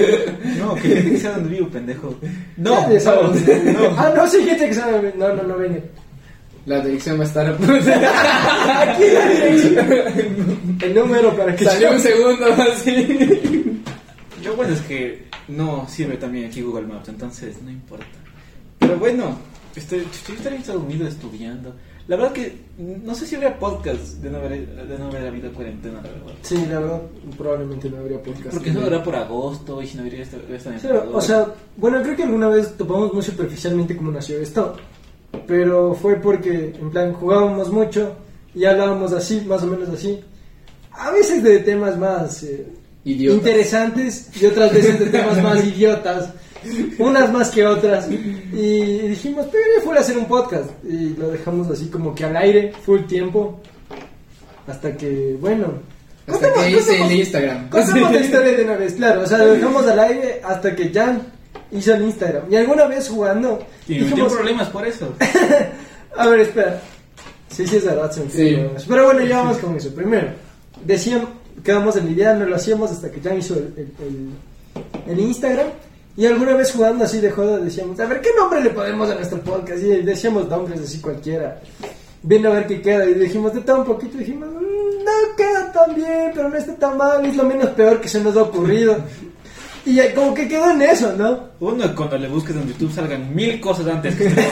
[SPEAKER 1] No, que te dice dónde vivo, pendejo. No,
[SPEAKER 3] Nadie sabe.
[SPEAKER 1] no, no.
[SPEAKER 3] [LAUGHS] Ah, no, sí, gente que sabe. No, no, no, venga.
[SPEAKER 2] La dirección va a estar... [LAUGHS]
[SPEAKER 3] Aquí la dirección. El número para que
[SPEAKER 2] Salió un segundo, así.
[SPEAKER 1] Lo bueno es que no sirve también aquí Google Maps, entonces no importa. Pero bueno, estoy, yo estaría en Estados Unidos estudiando. La verdad que no sé si habría podcast de no haber, de no haber habido cuarentena, la verdad.
[SPEAKER 3] Sí, la verdad, probablemente no habría podcast.
[SPEAKER 1] Porque eso era por agosto y si no habría esta, esta
[SPEAKER 3] Claro, Pues o sea, bueno, creo que alguna vez topamos muy superficialmente cómo nació esto, pero fue porque, en plan, jugábamos mucho y hablábamos así, más o menos así, a veces de temas más eh,
[SPEAKER 2] Idiotas.
[SPEAKER 3] interesantes y otras veces de temas más idiotas, unas más que otras, y dijimos, pero ya fuera a hacer un podcast, y lo dejamos así como que al aire, full tiempo, hasta que, bueno...
[SPEAKER 2] Hasta que
[SPEAKER 3] contemos-
[SPEAKER 2] hice el
[SPEAKER 3] contemos-
[SPEAKER 2] Instagram.
[SPEAKER 3] Contamos la historia de una vez, claro. O sea, lo dejamos al aire hasta que Jan hizo el Instagram. Y alguna vez jugando,
[SPEAKER 1] Y me metí en
[SPEAKER 3] dijimos,
[SPEAKER 1] problemas por eso.
[SPEAKER 3] a ver, espera. Sí, sí, es verdad, se me fue
[SPEAKER 2] Sí.
[SPEAKER 3] el programa. Pero bueno, ya vamos con eso. Primero, decían, quedamos en la idea, no lo hacíamos hasta que Jan hizo el, el- el- el Instagram. Y alguna vez jugando así de joda decíamos, a ver, ¿qué nombre le ponemos a nuestro podcast? Y decíamos nombres así cualquiera. Viendo a ver qué queda. Y dijimos, de todo un poquito, dijimos, "Mm, no queda tan bien, pero no está tan mal, es lo menos peor que se nos ha ocurrido. Y ya como que quedó en eso, ¿no?
[SPEAKER 1] Uno, cuando le busques en YouTube salgan mil cosas antes
[SPEAKER 3] [LAUGHS]
[SPEAKER 1] que este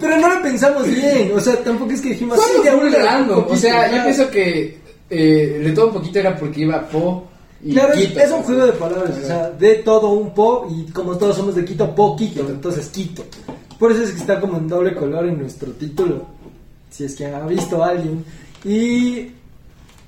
[SPEAKER 3] Pero no lo pensamos bien, o sea, tampoco es que dijimos,
[SPEAKER 2] Fue
[SPEAKER 3] de
[SPEAKER 2] algo muy
[SPEAKER 3] una,
[SPEAKER 2] random.
[SPEAKER 3] poquito,
[SPEAKER 2] O sea, yo
[SPEAKER 3] ya".
[SPEAKER 2] pienso que eh, de todo un poquito era porque iba Po y
[SPEAKER 3] Claro, es-
[SPEAKER 2] Quito.
[SPEAKER 3] es un juego de palabras, o sea, de todo un po y como todos somos de Quito, po Quito, entonces Quito. Por eso es que está como en doble color en nuestro título, si es que ha visto alguien. Y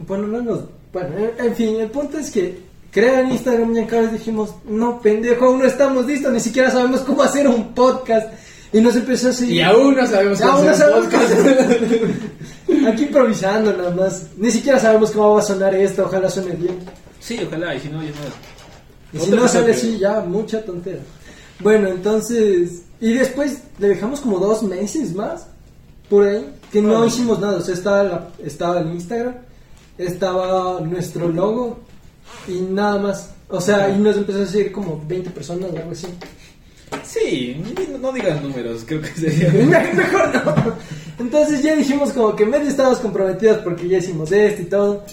[SPEAKER 3] bueno, no nos... Bueno, en- en fin, el punto es que crean Instagram y acá les dijimos, no, pendejo, aún no estamos listos, ni siquiera sabemos cómo hacer un podcast. Y nos empezó a seguir...
[SPEAKER 2] Y aún no sabemos cómo
[SPEAKER 3] Aún no
[SPEAKER 2] hacer un
[SPEAKER 3] sabemos
[SPEAKER 2] podcast.
[SPEAKER 3] [LAUGHS]
[SPEAKER 2] [LAUGHS]
[SPEAKER 3] Aquí improvisando nada más. Ni siquiera sabemos cómo va a sonar esto, ojalá suene bien.
[SPEAKER 1] Sí, ojalá, y si no, ya no.
[SPEAKER 3] Y si
[SPEAKER 1] Otra
[SPEAKER 3] no
[SPEAKER 1] cosa
[SPEAKER 3] sale
[SPEAKER 1] que-
[SPEAKER 3] así, ya, mucha tontera. Bueno, entonces. Y después le dejamos como dos meses más por ahí que no
[SPEAKER 1] Ah.
[SPEAKER 3] hicimos nada. O sea, estaba, la- estaba el Instagram, estaba nuestro logo y nada más. O sea, y nos empezó a seguir como 20 personas o algo así.
[SPEAKER 1] Sí, no, no digas números, creo que [LAUGHS] sería.
[SPEAKER 3] Mejor no. [LAUGHS] Entonces ya dijimos como que medio estábamos comprometidos porque ya hicimos esto y todo.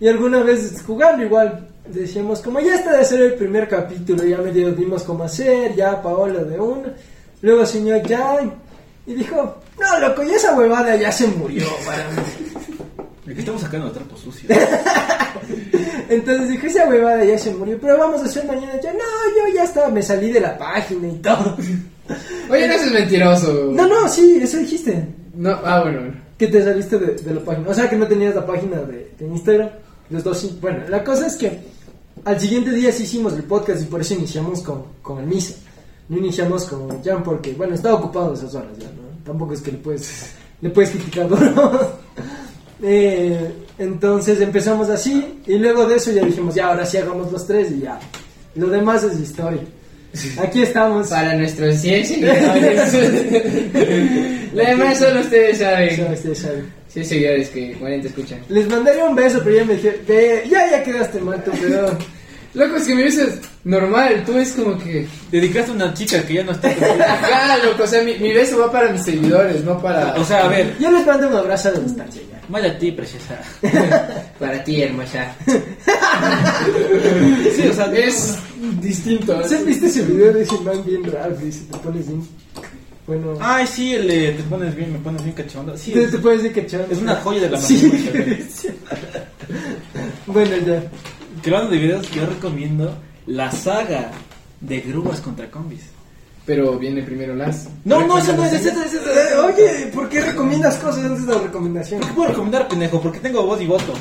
[SPEAKER 3] Y alguna vez jugando igual, decíamos como ya está de ser el primer capítulo, ya medio vimos cómo hacer, ya Paolo de uno. Luego se unió Jan y dijo, no loco, ya esa huevada ya se murió. [LAUGHS] para mí".
[SPEAKER 1] Aquí estamos sacando trapos sucios.
[SPEAKER 3] Entonces dije, esa huevada ya se murió, pero vamos a hacer mañana. Ya, no, yo ya estaba, me salí de la página y todo.
[SPEAKER 2] Oye,
[SPEAKER 3] [LAUGHS]
[SPEAKER 2] no seas mentiroso.
[SPEAKER 3] No, no, sí, eso dijiste.
[SPEAKER 2] No, ah, bueno, bueno.
[SPEAKER 3] que te saliste de, de la página. O sea, que no tenías la página de, de Instagram. Los dos sí. Bueno, la cosa es que al siguiente día sí hicimos el podcast y por eso iniciamos con, con el Misa. No iniciamos con Jan porque, bueno, estaba ocupado en esas horas ya, ¿no? Tampoco es que le puedes, [LAUGHS] le puedes criticar duro. [LAUGHS] Eh, entonces empezamos así y luego de eso ya dijimos, ya, ahora sí hagamos los tres y ya. Lo demás es historia. Aquí estamos.
[SPEAKER 2] Para nuestros 100 seguidores. Lo demás solo ustedes
[SPEAKER 3] Ya,
[SPEAKER 2] saben.
[SPEAKER 3] ustedes saben.
[SPEAKER 2] 100 seguidores que 40 escuchan.
[SPEAKER 3] Les mandaría un beso, pero ya me dije, ve, ya, ya quedaste mal tu pedo.
[SPEAKER 2] Loco, es que me dices, normal, tú es como que.
[SPEAKER 1] Dedicaste a una chica que ya no está contigo.
[SPEAKER 2] Ajá, loco, o sea, mi, mi beso va para mis seguidores, no para.
[SPEAKER 1] O sea, a ver,
[SPEAKER 3] Yo les mando un abrazo de nostalgia ya.
[SPEAKER 1] vaya a ti, preciosa.
[SPEAKER 2] para ti, hermosa.
[SPEAKER 1] Sí, o sea,
[SPEAKER 2] Es distinto.
[SPEAKER 3] ¿Sí has visto ese video de ese man bien raro que dice, te pones bien... Bueno...
[SPEAKER 1] Ay, sí, el de te pones bien, me pones bien cachondo. Sí,
[SPEAKER 3] te,
[SPEAKER 1] es,
[SPEAKER 3] te puedes decir que chaval.
[SPEAKER 1] es una joya de la
[SPEAKER 3] Sí.
[SPEAKER 1] masturbación.
[SPEAKER 3] bueno, ya.
[SPEAKER 1] Que hablando de videos, yo recomiendo la saga de grúas contra combis.
[SPEAKER 2] Pero viene primero las.
[SPEAKER 1] No, no, esa no es, esa es, esa es.
[SPEAKER 3] Eh, oye, ¿por qué recomiendas cosas antes de la recomendación?
[SPEAKER 1] ¿Por qué puedo recomendar, pendejo? Porque tengo voz y voto.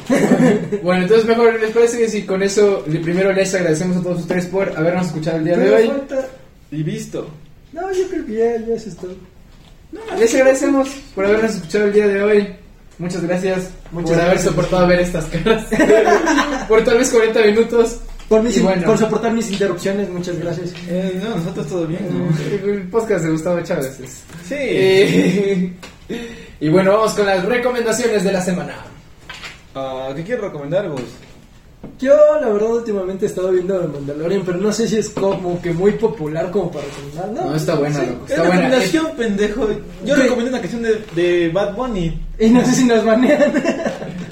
[SPEAKER 2] Bueno, entonces mejor les parece que si con eso le- primero les agradecemos a todos ustedes por habernos escuchado el día de
[SPEAKER 3] Pero
[SPEAKER 2] hoy.
[SPEAKER 3] falta-
[SPEAKER 1] Y visto.
[SPEAKER 3] No, yo creo que ya, ya eso es todo.
[SPEAKER 2] Les agradecemos por habernos escuchado el día de hoy. Muchas gracias
[SPEAKER 3] Muchas
[SPEAKER 2] por haber
[SPEAKER 3] gracias.
[SPEAKER 2] soportado ver estas caras. [LAUGHS] por tal vez 40 minutos.
[SPEAKER 3] Por, mis
[SPEAKER 2] Y
[SPEAKER 3] in-
[SPEAKER 2] bueno.
[SPEAKER 3] por soportar mis interrupciones, muchas gracias.
[SPEAKER 1] Eh, no, nosotros todo bien, ¿no?
[SPEAKER 2] El podcast de Gustavo Chávez. es.
[SPEAKER 1] Sí.
[SPEAKER 2] Eh, y bueno, vamos con las recomendaciones de la semana.
[SPEAKER 1] Ah, ¿Qué quiero recomendar, Gus?
[SPEAKER 3] Yo, la verdad, últimamente he estado viendo The Mandalorian, pero no sé si es como que muy popular como para recomendar, ¿no?
[SPEAKER 2] No, está buena,
[SPEAKER 3] Sí.
[SPEAKER 2] loco.
[SPEAKER 1] Es
[SPEAKER 2] Está buena.
[SPEAKER 1] recomendación, pendejo. Yo
[SPEAKER 3] ¿Qué?
[SPEAKER 1] recomendé una canción de, de Bad Bunny.
[SPEAKER 3] Y no sé si nos banean.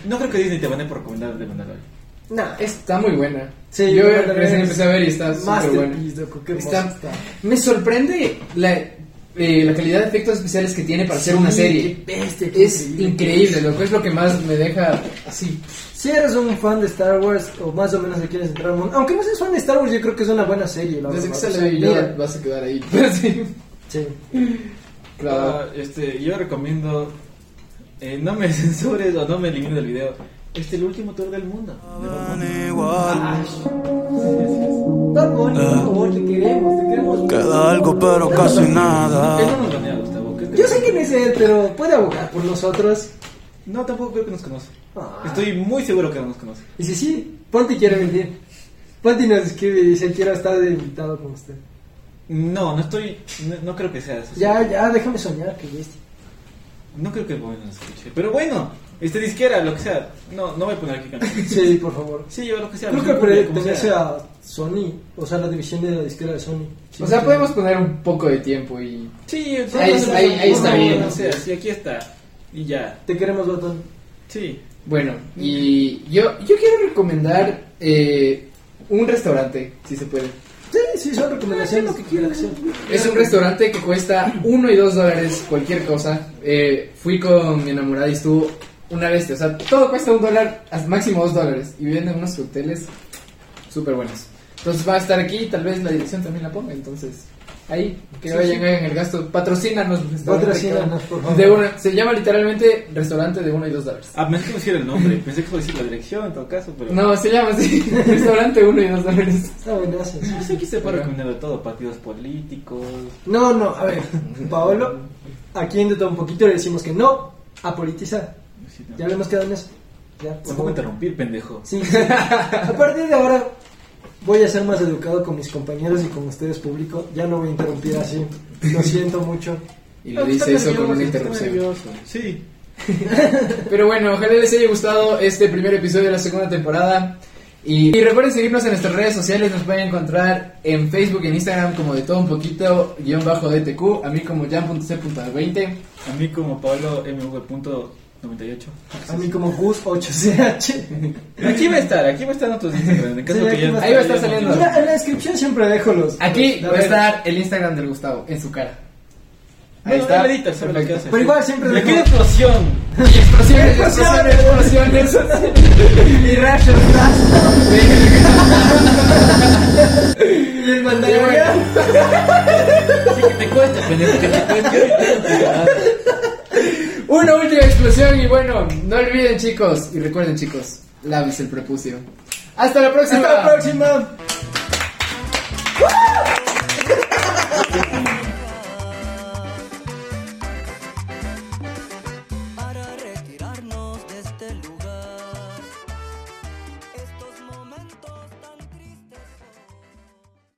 [SPEAKER 1] No creo que Disney te banee por recomendar de Mandalorian.
[SPEAKER 3] nah, es
[SPEAKER 2] Está muy buena.
[SPEAKER 3] Sí,
[SPEAKER 2] yo
[SPEAKER 3] yo la
[SPEAKER 2] recién
[SPEAKER 3] verdad
[SPEAKER 2] empecé a ver y está súper buena.
[SPEAKER 3] masterpiece, loco, qué hermoso
[SPEAKER 2] Está-
[SPEAKER 3] está.
[SPEAKER 2] me sorprende la, eh, la calidad de efectos especiales que tiene para hacer una
[SPEAKER 3] Sí,
[SPEAKER 2] serie.
[SPEAKER 3] qué bestia, qué
[SPEAKER 2] Es increíble, loco. Es lo que más me deja así.
[SPEAKER 3] Si eres un fan de Star Wars, o más o menos le quieres entrar al mundo, aunque no seas fan de Star Wars, yo creo que es una buena serie, la
[SPEAKER 2] Desde Pues que
[SPEAKER 3] verdad.
[SPEAKER 2] sale
[SPEAKER 3] O sea,
[SPEAKER 2] de vida vas a [LAUGHS] quedar ahí. Sí,
[SPEAKER 3] yo- Sí.
[SPEAKER 2] claro.
[SPEAKER 1] Ah, este, yo recomiendo. eh, no me [LAUGHS] censures o no me elimines del video. Este es el último tour del mundo. de Bad Bunny.
[SPEAKER 3] Bad Bunny, por favor, te queremos, te queremos.
[SPEAKER 5] Queda algo, pero casi
[SPEAKER 1] Él no
[SPEAKER 5] nada.
[SPEAKER 1] nos banea, Gustavo. creo que-
[SPEAKER 3] Yo sé quién es él, pero puede abogar por nosotros.
[SPEAKER 1] No, tampoco creo que nos conoce.
[SPEAKER 3] Ah.
[SPEAKER 1] Estoy muy seguro que no nos conoce.
[SPEAKER 3] Y si sí, Ponti quiere venir. Ponti nos escribe y dice, quiero estar de invitado con usted.
[SPEAKER 1] No, no estoy. No, no creo que sea eso.
[SPEAKER 3] Ya, ya, déjame soñar que
[SPEAKER 2] [LAUGHS]
[SPEAKER 3] viste.
[SPEAKER 1] No creo que el gobierno nos escuche. Pero bueno, este disquera, lo que sea. No, no voy a poner aquí canciones.
[SPEAKER 3] Sí, por favor.
[SPEAKER 1] Sí, yo lo que sea.
[SPEAKER 3] Creo
[SPEAKER 1] lo
[SPEAKER 3] que
[SPEAKER 1] que
[SPEAKER 3] pre-
[SPEAKER 1] como sea.
[SPEAKER 3] pertenece a Sony, o sea, la división de la disquera de Sony.
[SPEAKER 2] o sea, podemos poner un poco de tiempo y.
[SPEAKER 1] Sí,
[SPEAKER 2] Ahí-
[SPEAKER 1] entonces,
[SPEAKER 2] ahí- ahí está
[SPEAKER 1] no,
[SPEAKER 2] bien.
[SPEAKER 1] no sé, sí, aquí está. Y ya.
[SPEAKER 3] Te queremos, Batón.
[SPEAKER 1] Sí.
[SPEAKER 2] Bueno, y yo, yo quiero recomendar eh, un restaurante, si se puede.
[SPEAKER 3] Sí, sí, son recomendaciones. que quiero hacer.
[SPEAKER 2] Es un restaurante que cuesta uno y dos dólares cualquier cosa. Eh, fui con mi enamorada y estuvo una bestia. O sea, todo cuesta un dólar, hasta máximo dos dólares. Y venden unos cócteles súper buenos. Entonces va a estar aquí, tal vez la dirección también la ponga. Entonces, ahí, que
[SPEAKER 3] Sí,
[SPEAKER 2] vayan,
[SPEAKER 3] sí.
[SPEAKER 2] hagan el gasto. Patrocínanos. pues, restaurante,
[SPEAKER 3] Patrocínanos, por favor.
[SPEAKER 2] De una, se llama literalmente restaurante de uno y dos dólares.
[SPEAKER 1] Ah, pensé que me hiciera el nombre. Pensé que iba a decir la dirección en todo caso, pero.
[SPEAKER 2] No, se llama así, [LAUGHS] restaurante uno y dos dólares.
[SPEAKER 3] Está buenazo.
[SPEAKER 1] No sé, aquí se puede recomendar de todo. Partidos políticos.
[SPEAKER 3] No, no, a ver, Paolo, aquí en de todo un poquito le decimos que no a politizar.
[SPEAKER 1] Sí, no.
[SPEAKER 3] Ya le hemos quedado en eso. Ya, por
[SPEAKER 1] Tampoco
[SPEAKER 3] favor.
[SPEAKER 1] interrumpir, pendejo.
[SPEAKER 3] Sí, sí. A partir de ahora voy a ser más educado con mis compañeros y con ustedes público. Ya no voy a interrumpir así. Lo siento mucho.
[SPEAKER 2] Y
[SPEAKER 3] pues
[SPEAKER 2] lo dice eso con una
[SPEAKER 1] Está
[SPEAKER 2] interrupción.
[SPEAKER 1] nervioso. Sí.
[SPEAKER 2] Pero bueno, ojalá les haya gustado este primer episodio de la segunda temporada. Y, y recuerden seguirnos en nuestras redes sociales, nos pueden encontrar en Facebook, en Instagram como de todo un poquito, guión bajo DTQ, a mí como jan.c.20.
[SPEAKER 1] A mí como Pablo MV.98.
[SPEAKER 3] A mí como Gus 8CH.
[SPEAKER 1] Aquí va a estar, aquí va a estar nuestro Instagram. En caso
[SPEAKER 3] Sí,
[SPEAKER 1] que
[SPEAKER 3] aquí
[SPEAKER 1] ya-
[SPEAKER 3] va a
[SPEAKER 2] Ahí va a estar saliendo.
[SPEAKER 3] Mira, en la descripción siempre dejo los...
[SPEAKER 2] Aquí
[SPEAKER 3] los-
[SPEAKER 2] va a
[SPEAKER 3] ver.
[SPEAKER 2] estar el Instagram del Gustavo, en su cara. Ahí
[SPEAKER 1] Bueno,
[SPEAKER 2] está.
[SPEAKER 1] él edita, sabe lo que hace.
[SPEAKER 3] Pero igual siempre
[SPEAKER 1] Me
[SPEAKER 3] dejo...
[SPEAKER 1] queda explosión.
[SPEAKER 2] Y
[SPEAKER 3] [LAUGHS]
[SPEAKER 2] explosiones, explosiones, explosiones.
[SPEAKER 3] Y rayos,
[SPEAKER 2] [LAUGHS]
[SPEAKER 3] rayos. Y el mandaloriano.
[SPEAKER 1] Sí que te cuesta, pendejo, que te cuesta.
[SPEAKER 2] Una última explosión y bueno, no olviden chicos, y recuerden chicos, laves el prepucio. Hasta la próxima.
[SPEAKER 3] Hasta la próxima.